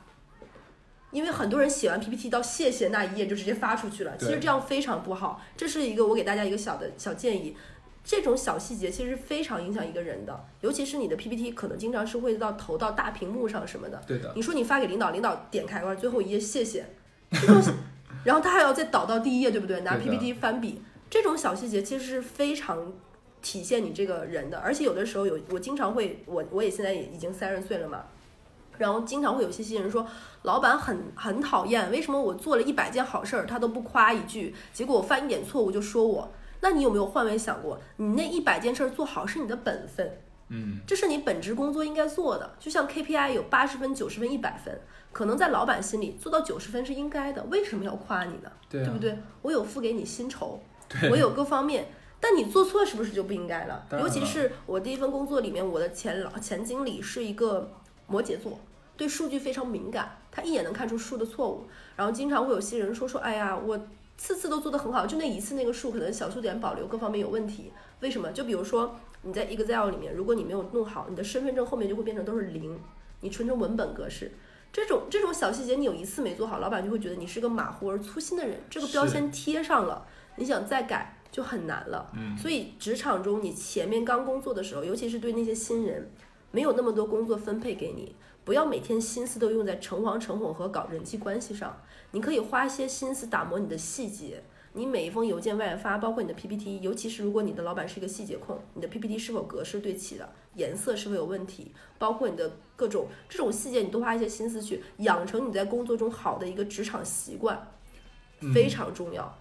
Speaker 3: 因为很多人写完 PPT 到谢谢那一页就直接发出去了，其
Speaker 2: 对
Speaker 3: 实这样非常不好。这是一个我给大家一个小的小建议，这种小细节其实非常影响一个人的，尤其是你的 PPT 可能经常是会到投到大屏幕上什么的。
Speaker 2: 对的，
Speaker 3: 你说你发给领导，领导点开完最后一页谢 谢，这种，然后他还要再导到第一页，对不对？拿
Speaker 2: 对的
Speaker 3: PPT 翻笔，这种小细节其实是非常体现你这个人的。而且有的时候有，我经常会，我我也现在也已经三十岁了嘛，然后经常会有些新人说，老板很很讨厌，为什么我做了一百件好事儿，他都不夸一句，结果我犯一点错误就说我。那你有没有换位想过，你那一百件事儿做好是你的本分，
Speaker 2: 嗯，
Speaker 3: 这是你本职工作应该做的。就像 KPI 有八十分、九十分、一百分，可能在老板心里做到九十分是应该的，为什么要夸你呢？
Speaker 2: 对啊
Speaker 3: 不对？我有付给你薪酬，
Speaker 2: 对
Speaker 3: 我有各方面。但你做错是不是就不应该了？
Speaker 2: 当然
Speaker 3: 尤
Speaker 2: 了
Speaker 3: 其是我第一份工作里面，我的前老前经理是一个摩羯座，对数据非常敏感，他一眼能看出数的错误。然后经常会有些人说说，哎呀，我次次都做得很好，就那一次那个数可能小数点保留各方面有问题。为什么？就比如说你在 Excel 里面，如果你没有弄好，你的身份证后面就会变成都是零，你纯成文本格式。这种这种小细节，你有一次没做好，老板就会觉得你是个马虎而粗心的人，这个标
Speaker 2: 是
Speaker 3: 签贴上了，你想再改就很难了。
Speaker 2: 嗯
Speaker 3: 所以职场中，你前面刚工作的时候，尤其是对那些新人，没有那么多工作分配给你，不要每天心思都用在诚惶诚恐和搞人际关系上。你可以花一些心思打磨你的细节。你每一封邮件外发，包括你的 PPT，尤其是如果你的老板是一个细节控，你的 PPT 是否格式对齐了，颜色是否有问题，包括你的各种这种细节，你多花一些心思去养成你在工作中好的一个职场习惯，
Speaker 2: 嗯
Speaker 3: 非常重要。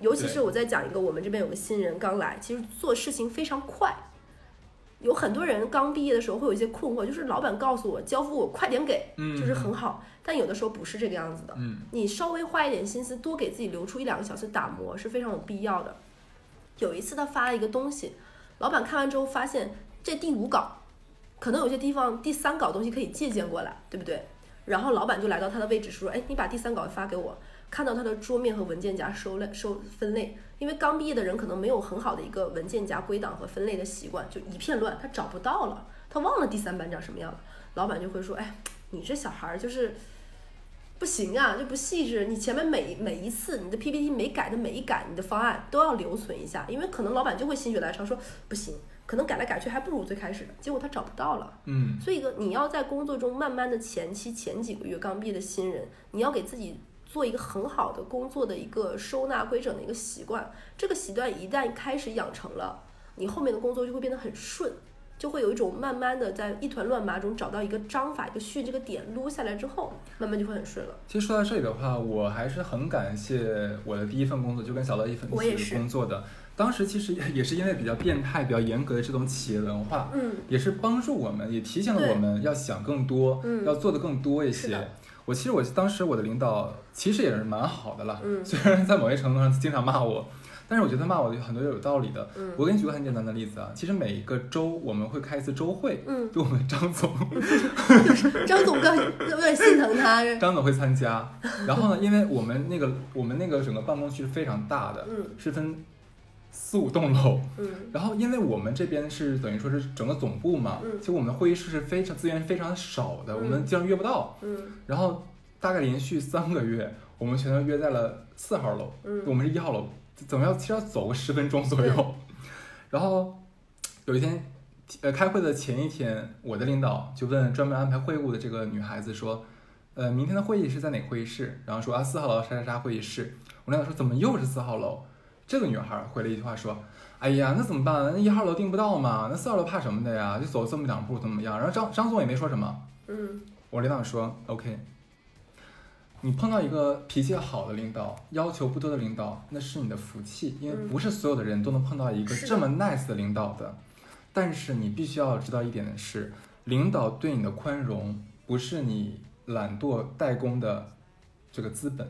Speaker 3: 尤其
Speaker 2: 对
Speaker 3: 是我在讲一个，我们这边有个新人刚来，其实做事情非常快。有很多人刚毕业的时候会有一些困惑，就是老板告诉我交付我快点给，
Speaker 2: 嗯
Speaker 3: 就是很好，但有的时候不是这个样子的。
Speaker 2: 嗯，
Speaker 3: 你稍微花一点心思，多给自己留出一两个小时打磨是非常有必要的。有一次他发了一个东西，老板看完之后发现这第五稿，可能有些地方第三稿东西可以借鉴过来，对不对？然后老板就来到他的位置说：“哎，你把第三稿发给我。”看到他的桌面和文件夹收类收分类，因为刚毕业的人可能没有很好的一个文件夹归档和分类的习惯，就一片乱，他找不到了，他忘了第三版长什么样了。老板就会说：“哎，你这小孩儿就是不行啊，就不细致。你前面每每一次你的 PPT 没改的每一改，你的方案都要留存一下，因为可能老板就会心血来潮说不行，可能改来改去还不如最开始的，结果他找不到了。
Speaker 2: 嗯，
Speaker 3: 所以一个你要在工作中慢慢的前期前几个月刚毕业的新人，你要给自己做一个很好的工作的一个收纳规整的一个习惯。这个习惯一旦开始养成了，你后面的工作就会变得很顺，就会有一种慢慢的在一团乱麻中找到一个章法、一个序这个点撸下来之后，慢慢就会很顺了。
Speaker 2: 其实说到这里的话，我还是很感谢我的第一份工作，就跟小乐一份
Speaker 3: 我也
Speaker 2: 一起
Speaker 3: 是
Speaker 2: 工作的。当时其实也也是因为比较变态、比较严格的这种企业文化，
Speaker 3: 嗯，
Speaker 2: 也是帮助我们，也提醒了
Speaker 3: 对
Speaker 2: 我们要想更多，
Speaker 3: 嗯
Speaker 2: 要做的更多一
Speaker 3: 是的
Speaker 2: 些。我其实我当时我的领导其实也是蛮好的啦，
Speaker 3: 嗯
Speaker 2: 虽然在某些程度上经常骂我，但是我觉得骂我有很多有道理的。
Speaker 3: 嗯
Speaker 2: 我给你举个很简单的例子啊，其实每一个周我们会开一次周会，
Speaker 3: 嗯，
Speaker 2: 就我们张总
Speaker 3: 张总刚有点心疼他，嗯
Speaker 2: 张总会参加。然后呢，因为我们那个我们那个整个办公区是非常大的，
Speaker 3: 嗯
Speaker 2: 是分四五栋楼。
Speaker 3: 嗯
Speaker 2: 然后因为我们这边是等于说是整个总部嘛，
Speaker 3: 嗯
Speaker 2: 其实我们的会议室是非常资源非常少的，
Speaker 3: 嗯
Speaker 2: 我们经常约不到。
Speaker 3: 嗯
Speaker 2: 然后大概连续三个月，我们全都约在了四号楼，我
Speaker 3: 嗯
Speaker 2: 们是一号楼，怎么要其实要走个十分钟左右。 然后有一天，呃，开会的前一天，我的领导就问专门安排会务的这个女孩子说，呃，明天的会议是在哪个会议室？然后说啊，四号楼啥啥啥会议室。我领导说怎么又是四号楼？这个女孩回了一句话说。哎呀，那怎么办？那一号楼订不到嘛？那四号楼怕什么的呀？就走这么两步，怎么样？然后张张总也没说什么，
Speaker 3: 嗯
Speaker 2: 我领导说，OK，你碰到一个脾气好的领导，要求不多的领导，那是你的福气，因为
Speaker 3: 嗯
Speaker 2: 不是所有的人都能碰到一个
Speaker 3: 是的
Speaker 2: 这么 nice 的领导的。但是你必须要知道一点的是，领导对你的宽容不是你懒惰怠工的这个资本。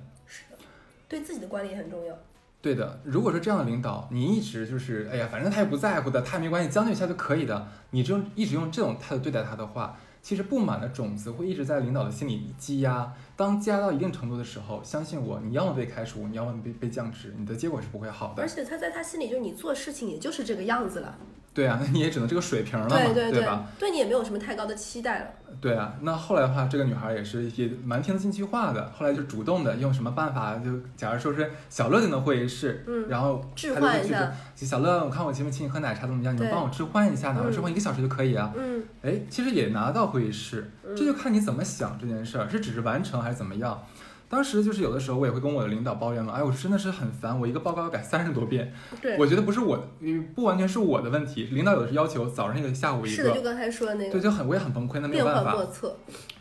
Speaker 3: 对自己的管理也很重要。
Speaker 2: 对的，如果说这样的领导，你一直就是哎呀，反正他也不在乎的，他也没关系，将就一下就可以的，你就一直用这种态度对待他的话，其实不满的种子会一直在领导的心里积压。当积压到一定程度的时候，相信我，你要么被开除，你要么被被降职，你的结果是不会好的
Speaker 3: 而。且他在他心里就是你做事情也就是这个样子了，
Speaker 2: 对啊，那你也只能这个水平了嘛，
Speaker 3: 对对，
Speaker 2: 吧？
Speaker 3: 对你也没有什么太高的期待了。
Speaker 2: 对啊，那后来的话，这个女孩也是也蛮听得进去话的，后来就主动的用什么办法，就假如说是小乐进的会议室，
Speaker 3: 嗯
Speaker 2: 然后
Speaker 3: 置
Speaker 2: 她就
Speaker 3: 换
Speaker 2: 会
Speaker 3: 一
Speaker 2: 去
Speaker 3: 下，
Speaker 2: 说小乐，我看我前面请你喝奶茶怎么样，你能
Speaker 3: 对
Speaker 2: 帮我置换一下，哪怕
Speaker 3: 嗯
Speaker 2: 置换一个小时就可以啊。
Speaker 3: 嗯，
Speaker 2: 哎，其实也拿到会议室，这就看你怎么想这件事儿，是只是完成还是怎么样。当时就是有的时候我也会跟我的领导抱怨嘛，哎，我真的是很烦，我一个报告要改三十多遍，
Speaker 3: 对，
Speaker 2: 我觉得不是我的，呃不完全是我的问题，领导有的是要求早上一个，下午一
Speaker 3: 是的，就
Speaker 2: 个，
Speaker 3: 刚才说的那
Speaker 2: 对，
Speaker 3: 个
Speaker 2: 就很我也很崩溃，那没
Speaker 3: 变
Speaker 2: 有办
Speaker 3: 幻
Speaker 2: 法
Speaker 3: 莫，测。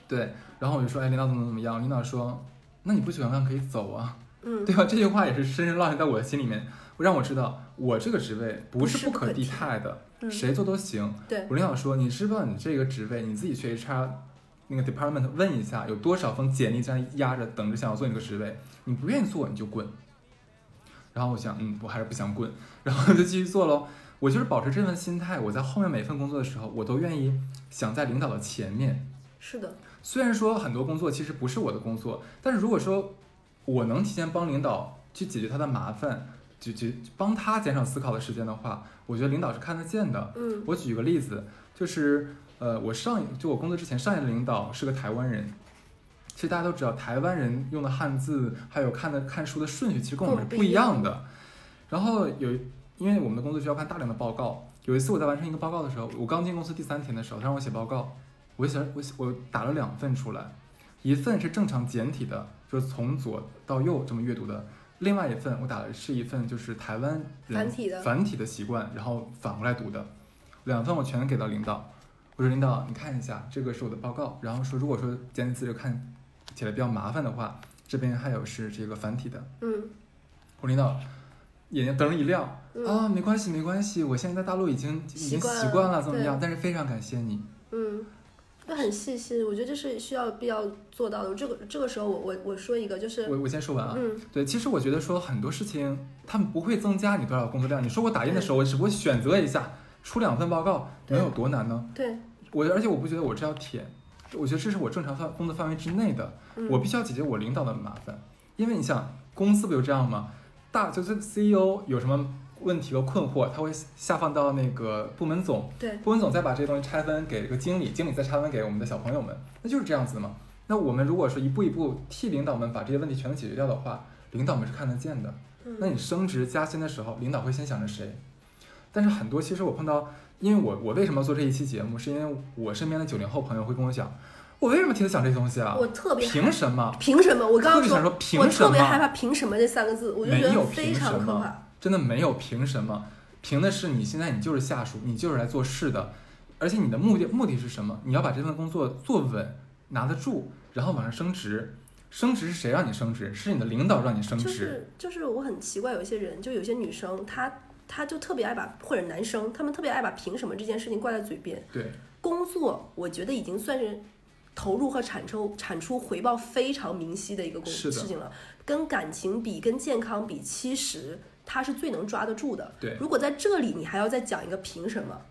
Speaker 2: 对，然后我就说，哎，领导怎么怎么样？领导说，那你不喜欢干可以走啊，
Speaker 3: 嗯，
Speaker 2: 对吧？这句话也是深深烙印在我的心里面，让我知道我这个职位不是
Speaker 3: 不是
Speaker 2: 不
Speaker 3: 不
Speaker 2: 可
Speaker 3: 可
Speaker 2: 替
Speaker 3: 替
Speaker 2: 代的，
Speaker 3: 嗯
Speaker 2: 谁做都行。
Speaker 3: 对
Speaker 2: 我领导说，你知不知道你这个职位，你自己去 HR 那个 department 问一下，有多少封简历在压着等着想要做你这个职位，你不愿意做你就滚。然后我想，嗯，我还是不想滚，然后就继续做喽。我就是保持这份心态，我在后面每份工作的时候，我都愿意想在领导的前面。
Speaker 3: 是的，
Speaker 2: 虽然说很多工作其实不是我的工作，但是如果说我能提前帮领导去解决他的麻烦，解决帮他减少思考的时间的话，我觉得领导是看得见的。
Speaker 3: 嗯
Speaker 2: 我举个例子，就是呃，我上一就我工作之前上一任领导是个台湾人。其实大家都知道，台湾人用的汉字还有看的看书的顺序，其实跟我们是
Speaker 3: 跟
Speaker 2: 不
Speaker 3: 我们不
Speaker 2: 一
Speaker 3: 一样
Speaker 2: 样的。然后有一，因为我们的工作需要看大量的报告。有一次我在完成一个报告的时候，我刚进公司第三天的时候，他让我写报告，我写我写我打了两份出来，一份是正常简体的，就是从左到右这么阅读的，另外一份我打的是一份就是台湾人
Speaker 3: 繁体的
Speaker 2: 繁体的习惯，然后反过来读的，两份我全给到领导，我说领导你看一下，这个是我的报告，然后说如果说简体字就看起来比较麻烦的话，这边还有是这个繁体的，
Speaker 3: 嗯
Speaker 2: 我领导眼睛灯一亮，
Speaker 3: 嗯
Speaker 2: 啊，没关系，没关系，我现在在大陆已经已
Speaker 3: 习
Speaker 2: 经
Speaker 3: 惯
Speaker 2: 习
Speaker 3: 了
Speaker 2: 惯了，怎么
Speaker 3: 对
Speaker 2: 样？但是非常感谢你，
Speaker 3: 嗯，那很细心，我觉得这是需要必要做到的。这个这个时候我，我我说一个，就是
Speaker 2: 我我先说完啊。
Speaker 3: 嗯，
Speaker 2: 对，其实我觉得说很多事情，他们不会增加你多少工作量。你说我打印的时候，我只不过选择一下，出两份报告，能有多难呢？
Speaker 3: 对，
Speaker 2: 我而且我不觉得我这要舔，我觉得这是我正常范工作范围之内的，
Speaker 3: 嗯
Speaker 2: 我必须要解决我领导的麻烦。因为你想，公司不就这样吗？大就是 CEO 有什么问题和困惑，他会下放到那个部门总，
Speaker 3: 对，
Speaker 2: 顾问总再把这些东西拆分给这个经理，经理再拆分给我们的小朋友们，那就是这样子的嘛。那我们如果说一步一步替领导们把这些问题全都解决掉的话，领导们是看得见的。那
Speaker 3: 嗯
Speaker 2: 你升职加薪的时候，领导会先想着谁？但是很多其实我碰到，因为我我为什么要做这一期节目，是因为我身边的九零后朋友会跟我讲，我为什么天天想这些东西啊？
Speaker 3: 我特别
Speaker 2: 凭什么？
Speaker 3: 凭什么？我
Speaker 2: 特
Speaker 3: 刚刚
Speaker 2: 别想
Speaker 3: 说，
Speaker 2: 说
Speaker 3: 我
Speaker 2: 凭什
Speaker 3: 特别害
Speaker 2: 么？
Speaker 3: 怕“凭什么”这三个字，我就觉
Speaker 2: 没有
Speaker 3: 得
Speaker 2: 凭
Speaker 3: 非常
Speaker 2: 什
Speaker 3: 可
Speaker 2: 么
Speaker 3: 怕。
Speaker 2: 真的没有凭什么，凭的是你现在你就是下属，你就是来做事的，而且你的目的目的是什么？你要把这份工作做稳，拿得住，然后往上升职。升职是谁让你升职？是你的领导让你升职。
Speaker 3: 就是就是我很奇怪，有些人就有些女生，她她就特别爱把或者男生，他们特别爱把凭什么这件事情挂在嘴边。
Speaker 2: 对，
Speaker 3: 工作我觉得已经算是投入和产出产出回报非常明晰的一个工
Speaker 2: 是的
Speaker 3: 事情了，跟感情比，跟健康比，其实它是最能抓得住的。
Speaker 2: 对
Speaker 3: 如果在这里你还要再讲一个凭什么，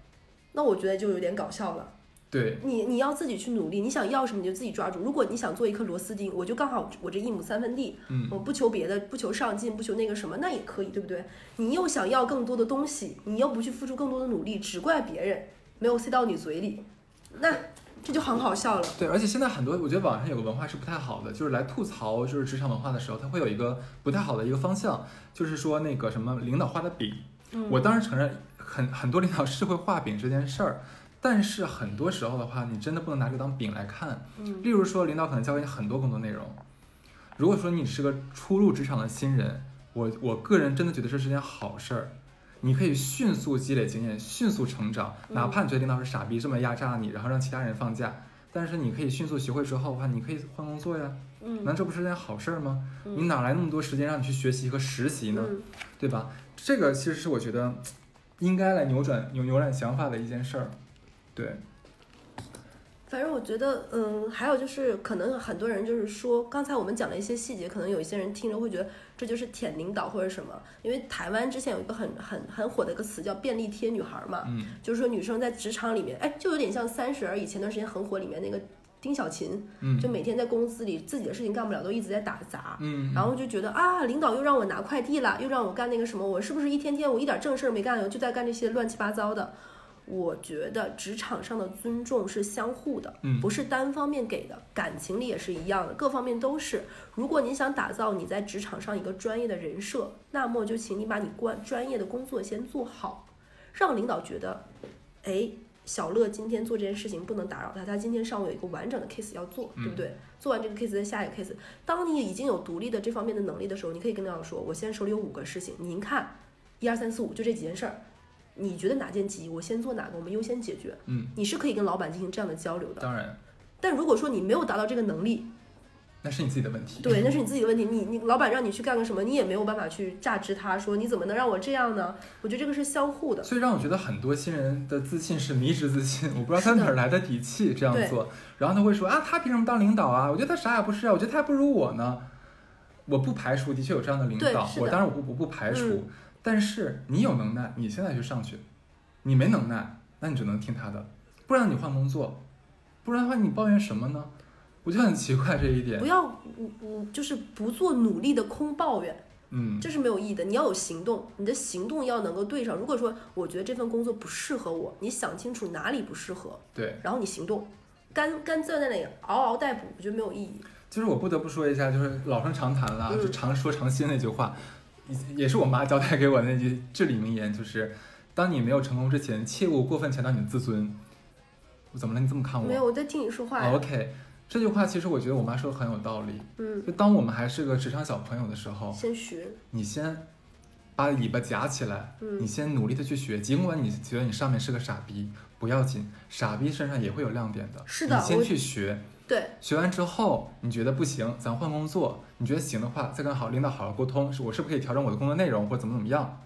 Speaker 3: 那我觉得就有点搞笑了。
Speaker 2: 对，
Speaker 3: 你你要自己去努力，你想要什么你就自己抓住。如果你想做一颗螺丝钉，我就刚好我这一亩三分地，
Speaker 2: 嗯，
Speaker 3: 我不求别的，不求上进，不求那个什么，那也可以，对不对？你又想要更多的东西，你又不去付出更多的努力，只怪别人没有塞到你嘴里，那这就很好笑了。
Speaker 2: 对，而且现在很多，我觉得网上有个文化是不太好的，就是来吐槽就是职场文化的时候，它会有一个不太好的一个方向，就是说那个什么领导画的饼。
Speaker 3: 嗯
Speaker 2: 我当然承认很很多领导是会画饼这件事儿，但是很多时候的话，你真的不能拿这当饼来看。
Speaker 3: 嗯
Speaker 2: 例如说，领导可能教给你很多工作内容，如果说你是个初入职场的新人，我我个人真的觉得这是件好事儿。你可以迅速积累经验，迅速成长，哪
Speaker 3: 嗯
Speaker 2: 怕你觉得领导是傻逼这么压榨你，然后让其他人放假，但是你可以迅速学会之后的话，你可以换工作呀，
Speaker 3: 嗯
Speaker 2: 难道这不是件好事儿吗？
Speaker 3: 嗯
Speaker 2: 你哪来那么多时间让你去学习和实习呢？
Speaker 3: 嗯，
Speaker 2: 对吧？这个其实是我觉得应该来扭转扭扭转想法的一件事儿。对，
Speaker 3: 反正我觉得，嗯，还有就是，可能很多人就是说，刚才我们讲了一些细节，可能有一些人听着会觉得这就是舔领导或者什么，因为台湾之前有一个很很很火的一个词叫便利贴女孩嘛，
Speaker 2: 嗯，
Speaker 3: 就是说女生在职场里面，哎，就有点像《三十而已》前段时间很火里面那个丁小琴，
Speaker 2: 嗯
Speaker 3: 就每天在公司里自己的事情干不了，都一直在打杂，
Speaker 2: 嗯，
Speaker 3: 然后就觉得啊，领导又让我拿快递了，又让我干那个什么，我是不是一天天我一点正事儿没干，我就在干这些乱七八糟的。我觉得职场上的尊重是相互的，
Speaker 2: 嗯
Speaker 3: 不是单方面给的，感情里也是一样的，各方面都是。如果你想打造你在职场上一个专业的人设，那么就请你把你关专业的工作先做好，让领导觉得，哎，小乐今天做这件事情不能打扰他，他今天上午有一个完整的 case 要做，对不对？做完这个 case 再下一个 case。当你已经有独立的这方面的能力的时候，你可以跟领导说，我现在手里有五个事情，您看，一二三四五就这几件事儿，你觉得哪件急，我先做哪个，我们优先解决。
Speaker 2: 嗯，
Speaker 3: 你是可以跟老板进行这样的交流的。
Speaker 2: 当然，
Speaker 3: 但如果说你没有达到这个能力，
Speaker 2: 那是你自己的问题。
Speaker 3: 对，那是你自己的问题。你你老板让你去干个什么，你也没有办法去榨汁他，说你怎么能让我这样呢？我觉得这个是相互的。
Speaker 2: 所以让我觉得很多新人的自信是迷之自信，我不知道他
Speaker 3: 是的
Speaker 2: 哪儿来的底气这样
Speaker 3: 对
Speaker 2: 做。然后他会说啊，他凭什么当领导啊？我觉得他啥也不是啊，我觉得他还不如我呢。我不排除的确有这样的领
Speaker 3: 对
Speaker 2: 导，
Speaker 3: 是的
Speaker 2: 我当然我不我不排除，
Speaker 3: 嗯
Speaker 2: 但是你有能耐，你现在就上去；你没能耐，那你只能听他的，不然你换工作，不然的话你抱怨什么呢？我就很奇怪这一点
Speaker 3: 不。要无无就是不做努力的空抱怨，
Speaker 2: 嗯，
Speaker 3: 这是没有意义的。你要有行动，你的行动要能够对上。如果说我觉得这份工作不适合我，你想清楚哪里不适合，
Speaker 2: 对。
Speaker 3: 然后你行动，干干坐在那里嗷嗷待哺，我觉得没有意义。
Speaker 2: 就是我不得不说一下，就是老生常谈了，
Speaker 3: 嗯
Speaker 2: 就常说常新那句话，也也是我妈交代给我的那句至理名言，就是当你没有成功之前，切勿过分强调你的自尊。我怎么了？你这么看我？
Speaker 3: 没有，我在听你说话呀。
Speaker 2: o k 这句话其实我觉得我妈说的很有道理。
Speaker 3: 嗯，
Speaker 2: 就当我们还是个职场小朋友的时候，
Speaker 3: 先学，
Speaker 2: 你先把尾巴夹起来，
Speaker 3: 嗯
Speaker 2: 你先努力的去学，尽管你觉得你上面是个傻逼，不要紧，傻逼身上也会有亮点的。
Speaker 3: 是的
Speaker 2: 你先
Speaker 3: 我
Speaker 2: 去学。
Speaker 3: 对，
Speaker 2: 学完之后，你觉得不行，咱换工作；你觉得行的话，再跟好领导好好沟通，是我是不是可以调整我的工作内容，或者怎么怎么样？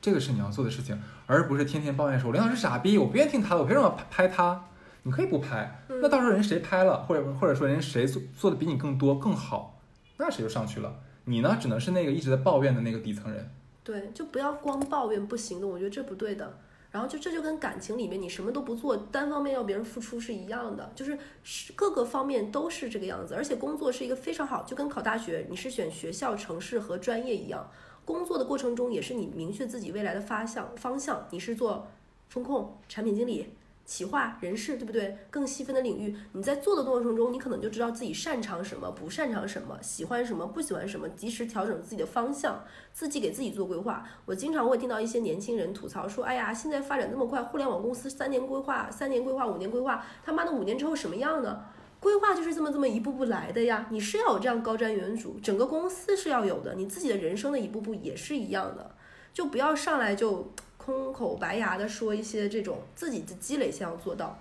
Speaker 2: 这个是你要做的事情，而不是天天抱怨说我领导是傻逼，我不愿意听他的，我凭什么拍拍他？你可以不拍，
Speaker 3: 嗯
Speaker 2: 那到时候人谁拍了，或者或者说人谁做做的比你更多更好，那谁就上去了。你呢，只能是那个一直在抱怨的那个底层人。
Speaker 3: 对，就不要光抱怨不行动，我觉得这不对的。然后就这就跟感情里面你什么都不做，单方面要别人付出是一样的，就是是各个方面都是这个样子。而且工作是一个非常好，就跟考大学你是选学校、城市和专业一样，工作的过程中也是你明确自己未来的发向方向，你是做风控、产品经理。企划、人事，对不对？更细分的领域，你在做的过程中，你可能就知道自己擅长什么，不擅长什么，喜欢什么，不喜欢什么，及时调整自己的方向。自己给自己做规划。我经常会听到一些年轻人吐槽说：“哎呀，现在发展那么快，互联网公司三年规划、三年规划、五年规划，他妈的五年之后什么样呢？”规划就是这么这么一步步来的呀，你是要有这样高瞻远瞩，整个公司是要有的，你自己的人生的一步步也是一样的，就不要上来就空口白牙的说一些这种自己的积累先要做到。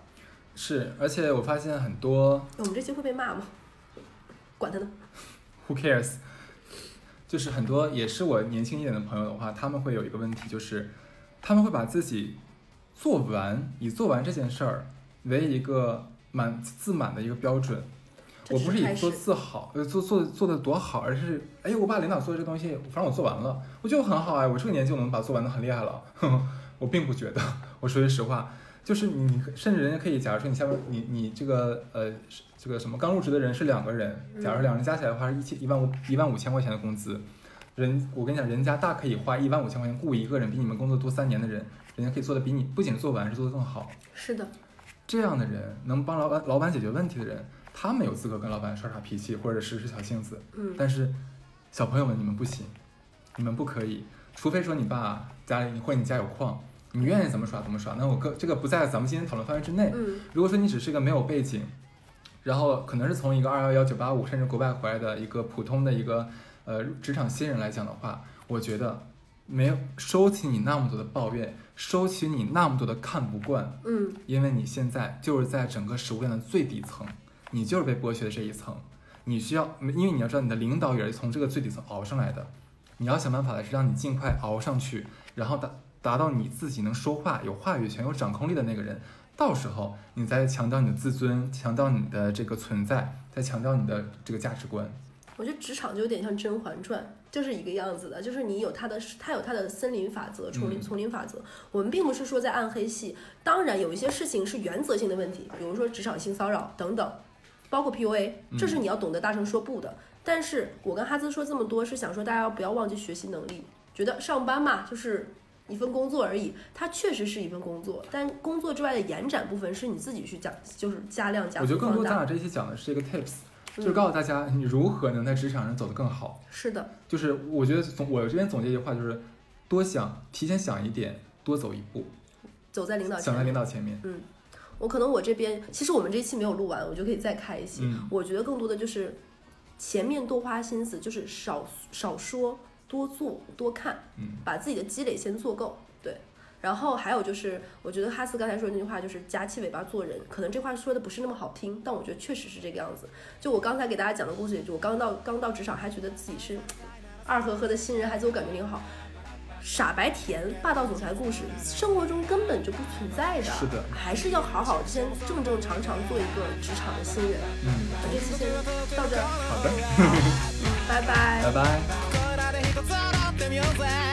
Speaker 2: 是，而且我发现很多
Speaker 3: 我们这期会被骂吗？管他呢，
Speaker 2: Who cares？就是很多也是我年轻一点的朋友的话，他们会有一个问题，就是他们会把自己做完以做完这件事儿为一个满自满的一个标准。
Speaker 3: 这
Speaker 2: 我
Speaker 3: 只
Speaker 2: 不是
Speaker 3: 开
Speaker 2: 以
Speaker 3: 始
Speaker 2: 做自好，呃，做做做的多好，而是哎，我把领导做的这东西，反正我做完了，我觉得我很好哎，我这个年纪我能把它做完的很厉害了。我并不觉得，我说句实话，就是你甚至人家可以，假如说你下边你你这个呃是这个什么刚入职的人是两个人，
Speaker 3: 嗯
Speaker 2: 假如两人加起来的话是一千一万五一万五千块钱的工资，人我跟你讲，人家大可以花一万五千块钱雇一个人比你们工作多三年的人，人家可以做的比你不仅做完，是做的更好。
Speaker 3: 是的，
Speaker 2: 这样的人能帮老板老板解决问题的人，他们有资格跟老板耍耍脾气或者使使小性子。
Speaker 3: 嗯，
Speaker 2: 但是小朋友们，你们不行，你们不可以，除非说你爸家里或者你家有矿，你愿意怎么耍怎么耍。那我个这个不在咱们今天讨论范围之内。
Speaker 3: 嗯
Speaker 2: 如果说你只是一个没有背景，然后可能是从一个二幺幺九八五甚至国外回来的一个普通的一个呃职场新人来讲的话，我觉得没有收起你那么多的抱怨，收起你那么多的看不惯，
Speaker 3: 嗯，
Speaker 2: 因为你现在就是在整个食物链的最底层，你就是被剥削的这一层。你需要，因为你要知道，你的领导也是从这个最底层熬上来的，你要想办法的是让你尽快熬上去，然后达达到你自己能说话、有话语权、有掌控力的那个人。到时候你再强调你的自尊，强调你的这个存在，再强调你的这个价值观。
Speaker 3: 我觉得职场就有点像《甄嬛传》，就是一个样子的，就是你有它的，它有它的森林法则、
Speaker 2: 嗯
Speaker 3: 丛林丛林法则。我们并不是说在暗黑系，当然有一些事情是原则性的问题，比如说职场性骚扰等等，包括 PUA，这
Speaker 2: 嗯
Speaker 3: 是你要懂得大声说不的。但是我跟哈兹说这么多，是想说大家不要忘记学习能力，觉得上班嘛，就是一份工作而已，它确实是一份工作，但工作之外的延展部分是你自己去讲，就是加量加
Speaker 2: 我觉
Speaker 3: 幅
Speaker 2: 得更
Speaker 3: 放
Speaker 2: 多咱
Speaker 3: 大。
Speaker 2: 俩这期讲的是一个 tips，就是
Speaker 3: 嗯
Speaker 2: 告诉大家你如何能在职场上走得更好。
Speaker 3: 是的，
Speaker 2: 就是我觉得总我这边总结一句话就是，多想，提前想一点，多走一步，
Speaker 3: 走在领导前
Speaker 2: 想在
Speaker 3: 面。
Speaker 2: 领导前面。
Speaker 3: 我可能我这边其实我们这期没有录完，我就可以再开一期。
Speaker 2: 嗯
Speaker 3: 我觉得更多的就是前面多花心思，就是少少说，多做，多看，
Speaker 2: 嗯，
Speaker 3: 把自己的积累先做够。对，然后还有就是，我觉得哈斯刚才说的那句话就是“夹起尾巴做人”，可能这话说的不是那么好听，但我觉得确实是这个样子。就我刚才给大家讲的故事里，就我刚到刚到职场，还觉得自己是二呵呵的新人，还自我感觉良好。傻白甜霸道总裁故事，生活中根本就不存在的。
Speaker 2: 是的
Speaker 3: 还是要好好先正正常常做一个职场的新人。
Speaker 2: 嗯，
Speaker 3: 那这期先到这儿，
Speaker 2: 好的，
Speaker 3: 拜拜
Speaker 2: 拜拜。
Speaker 1: これで一つ踊ってみようぜ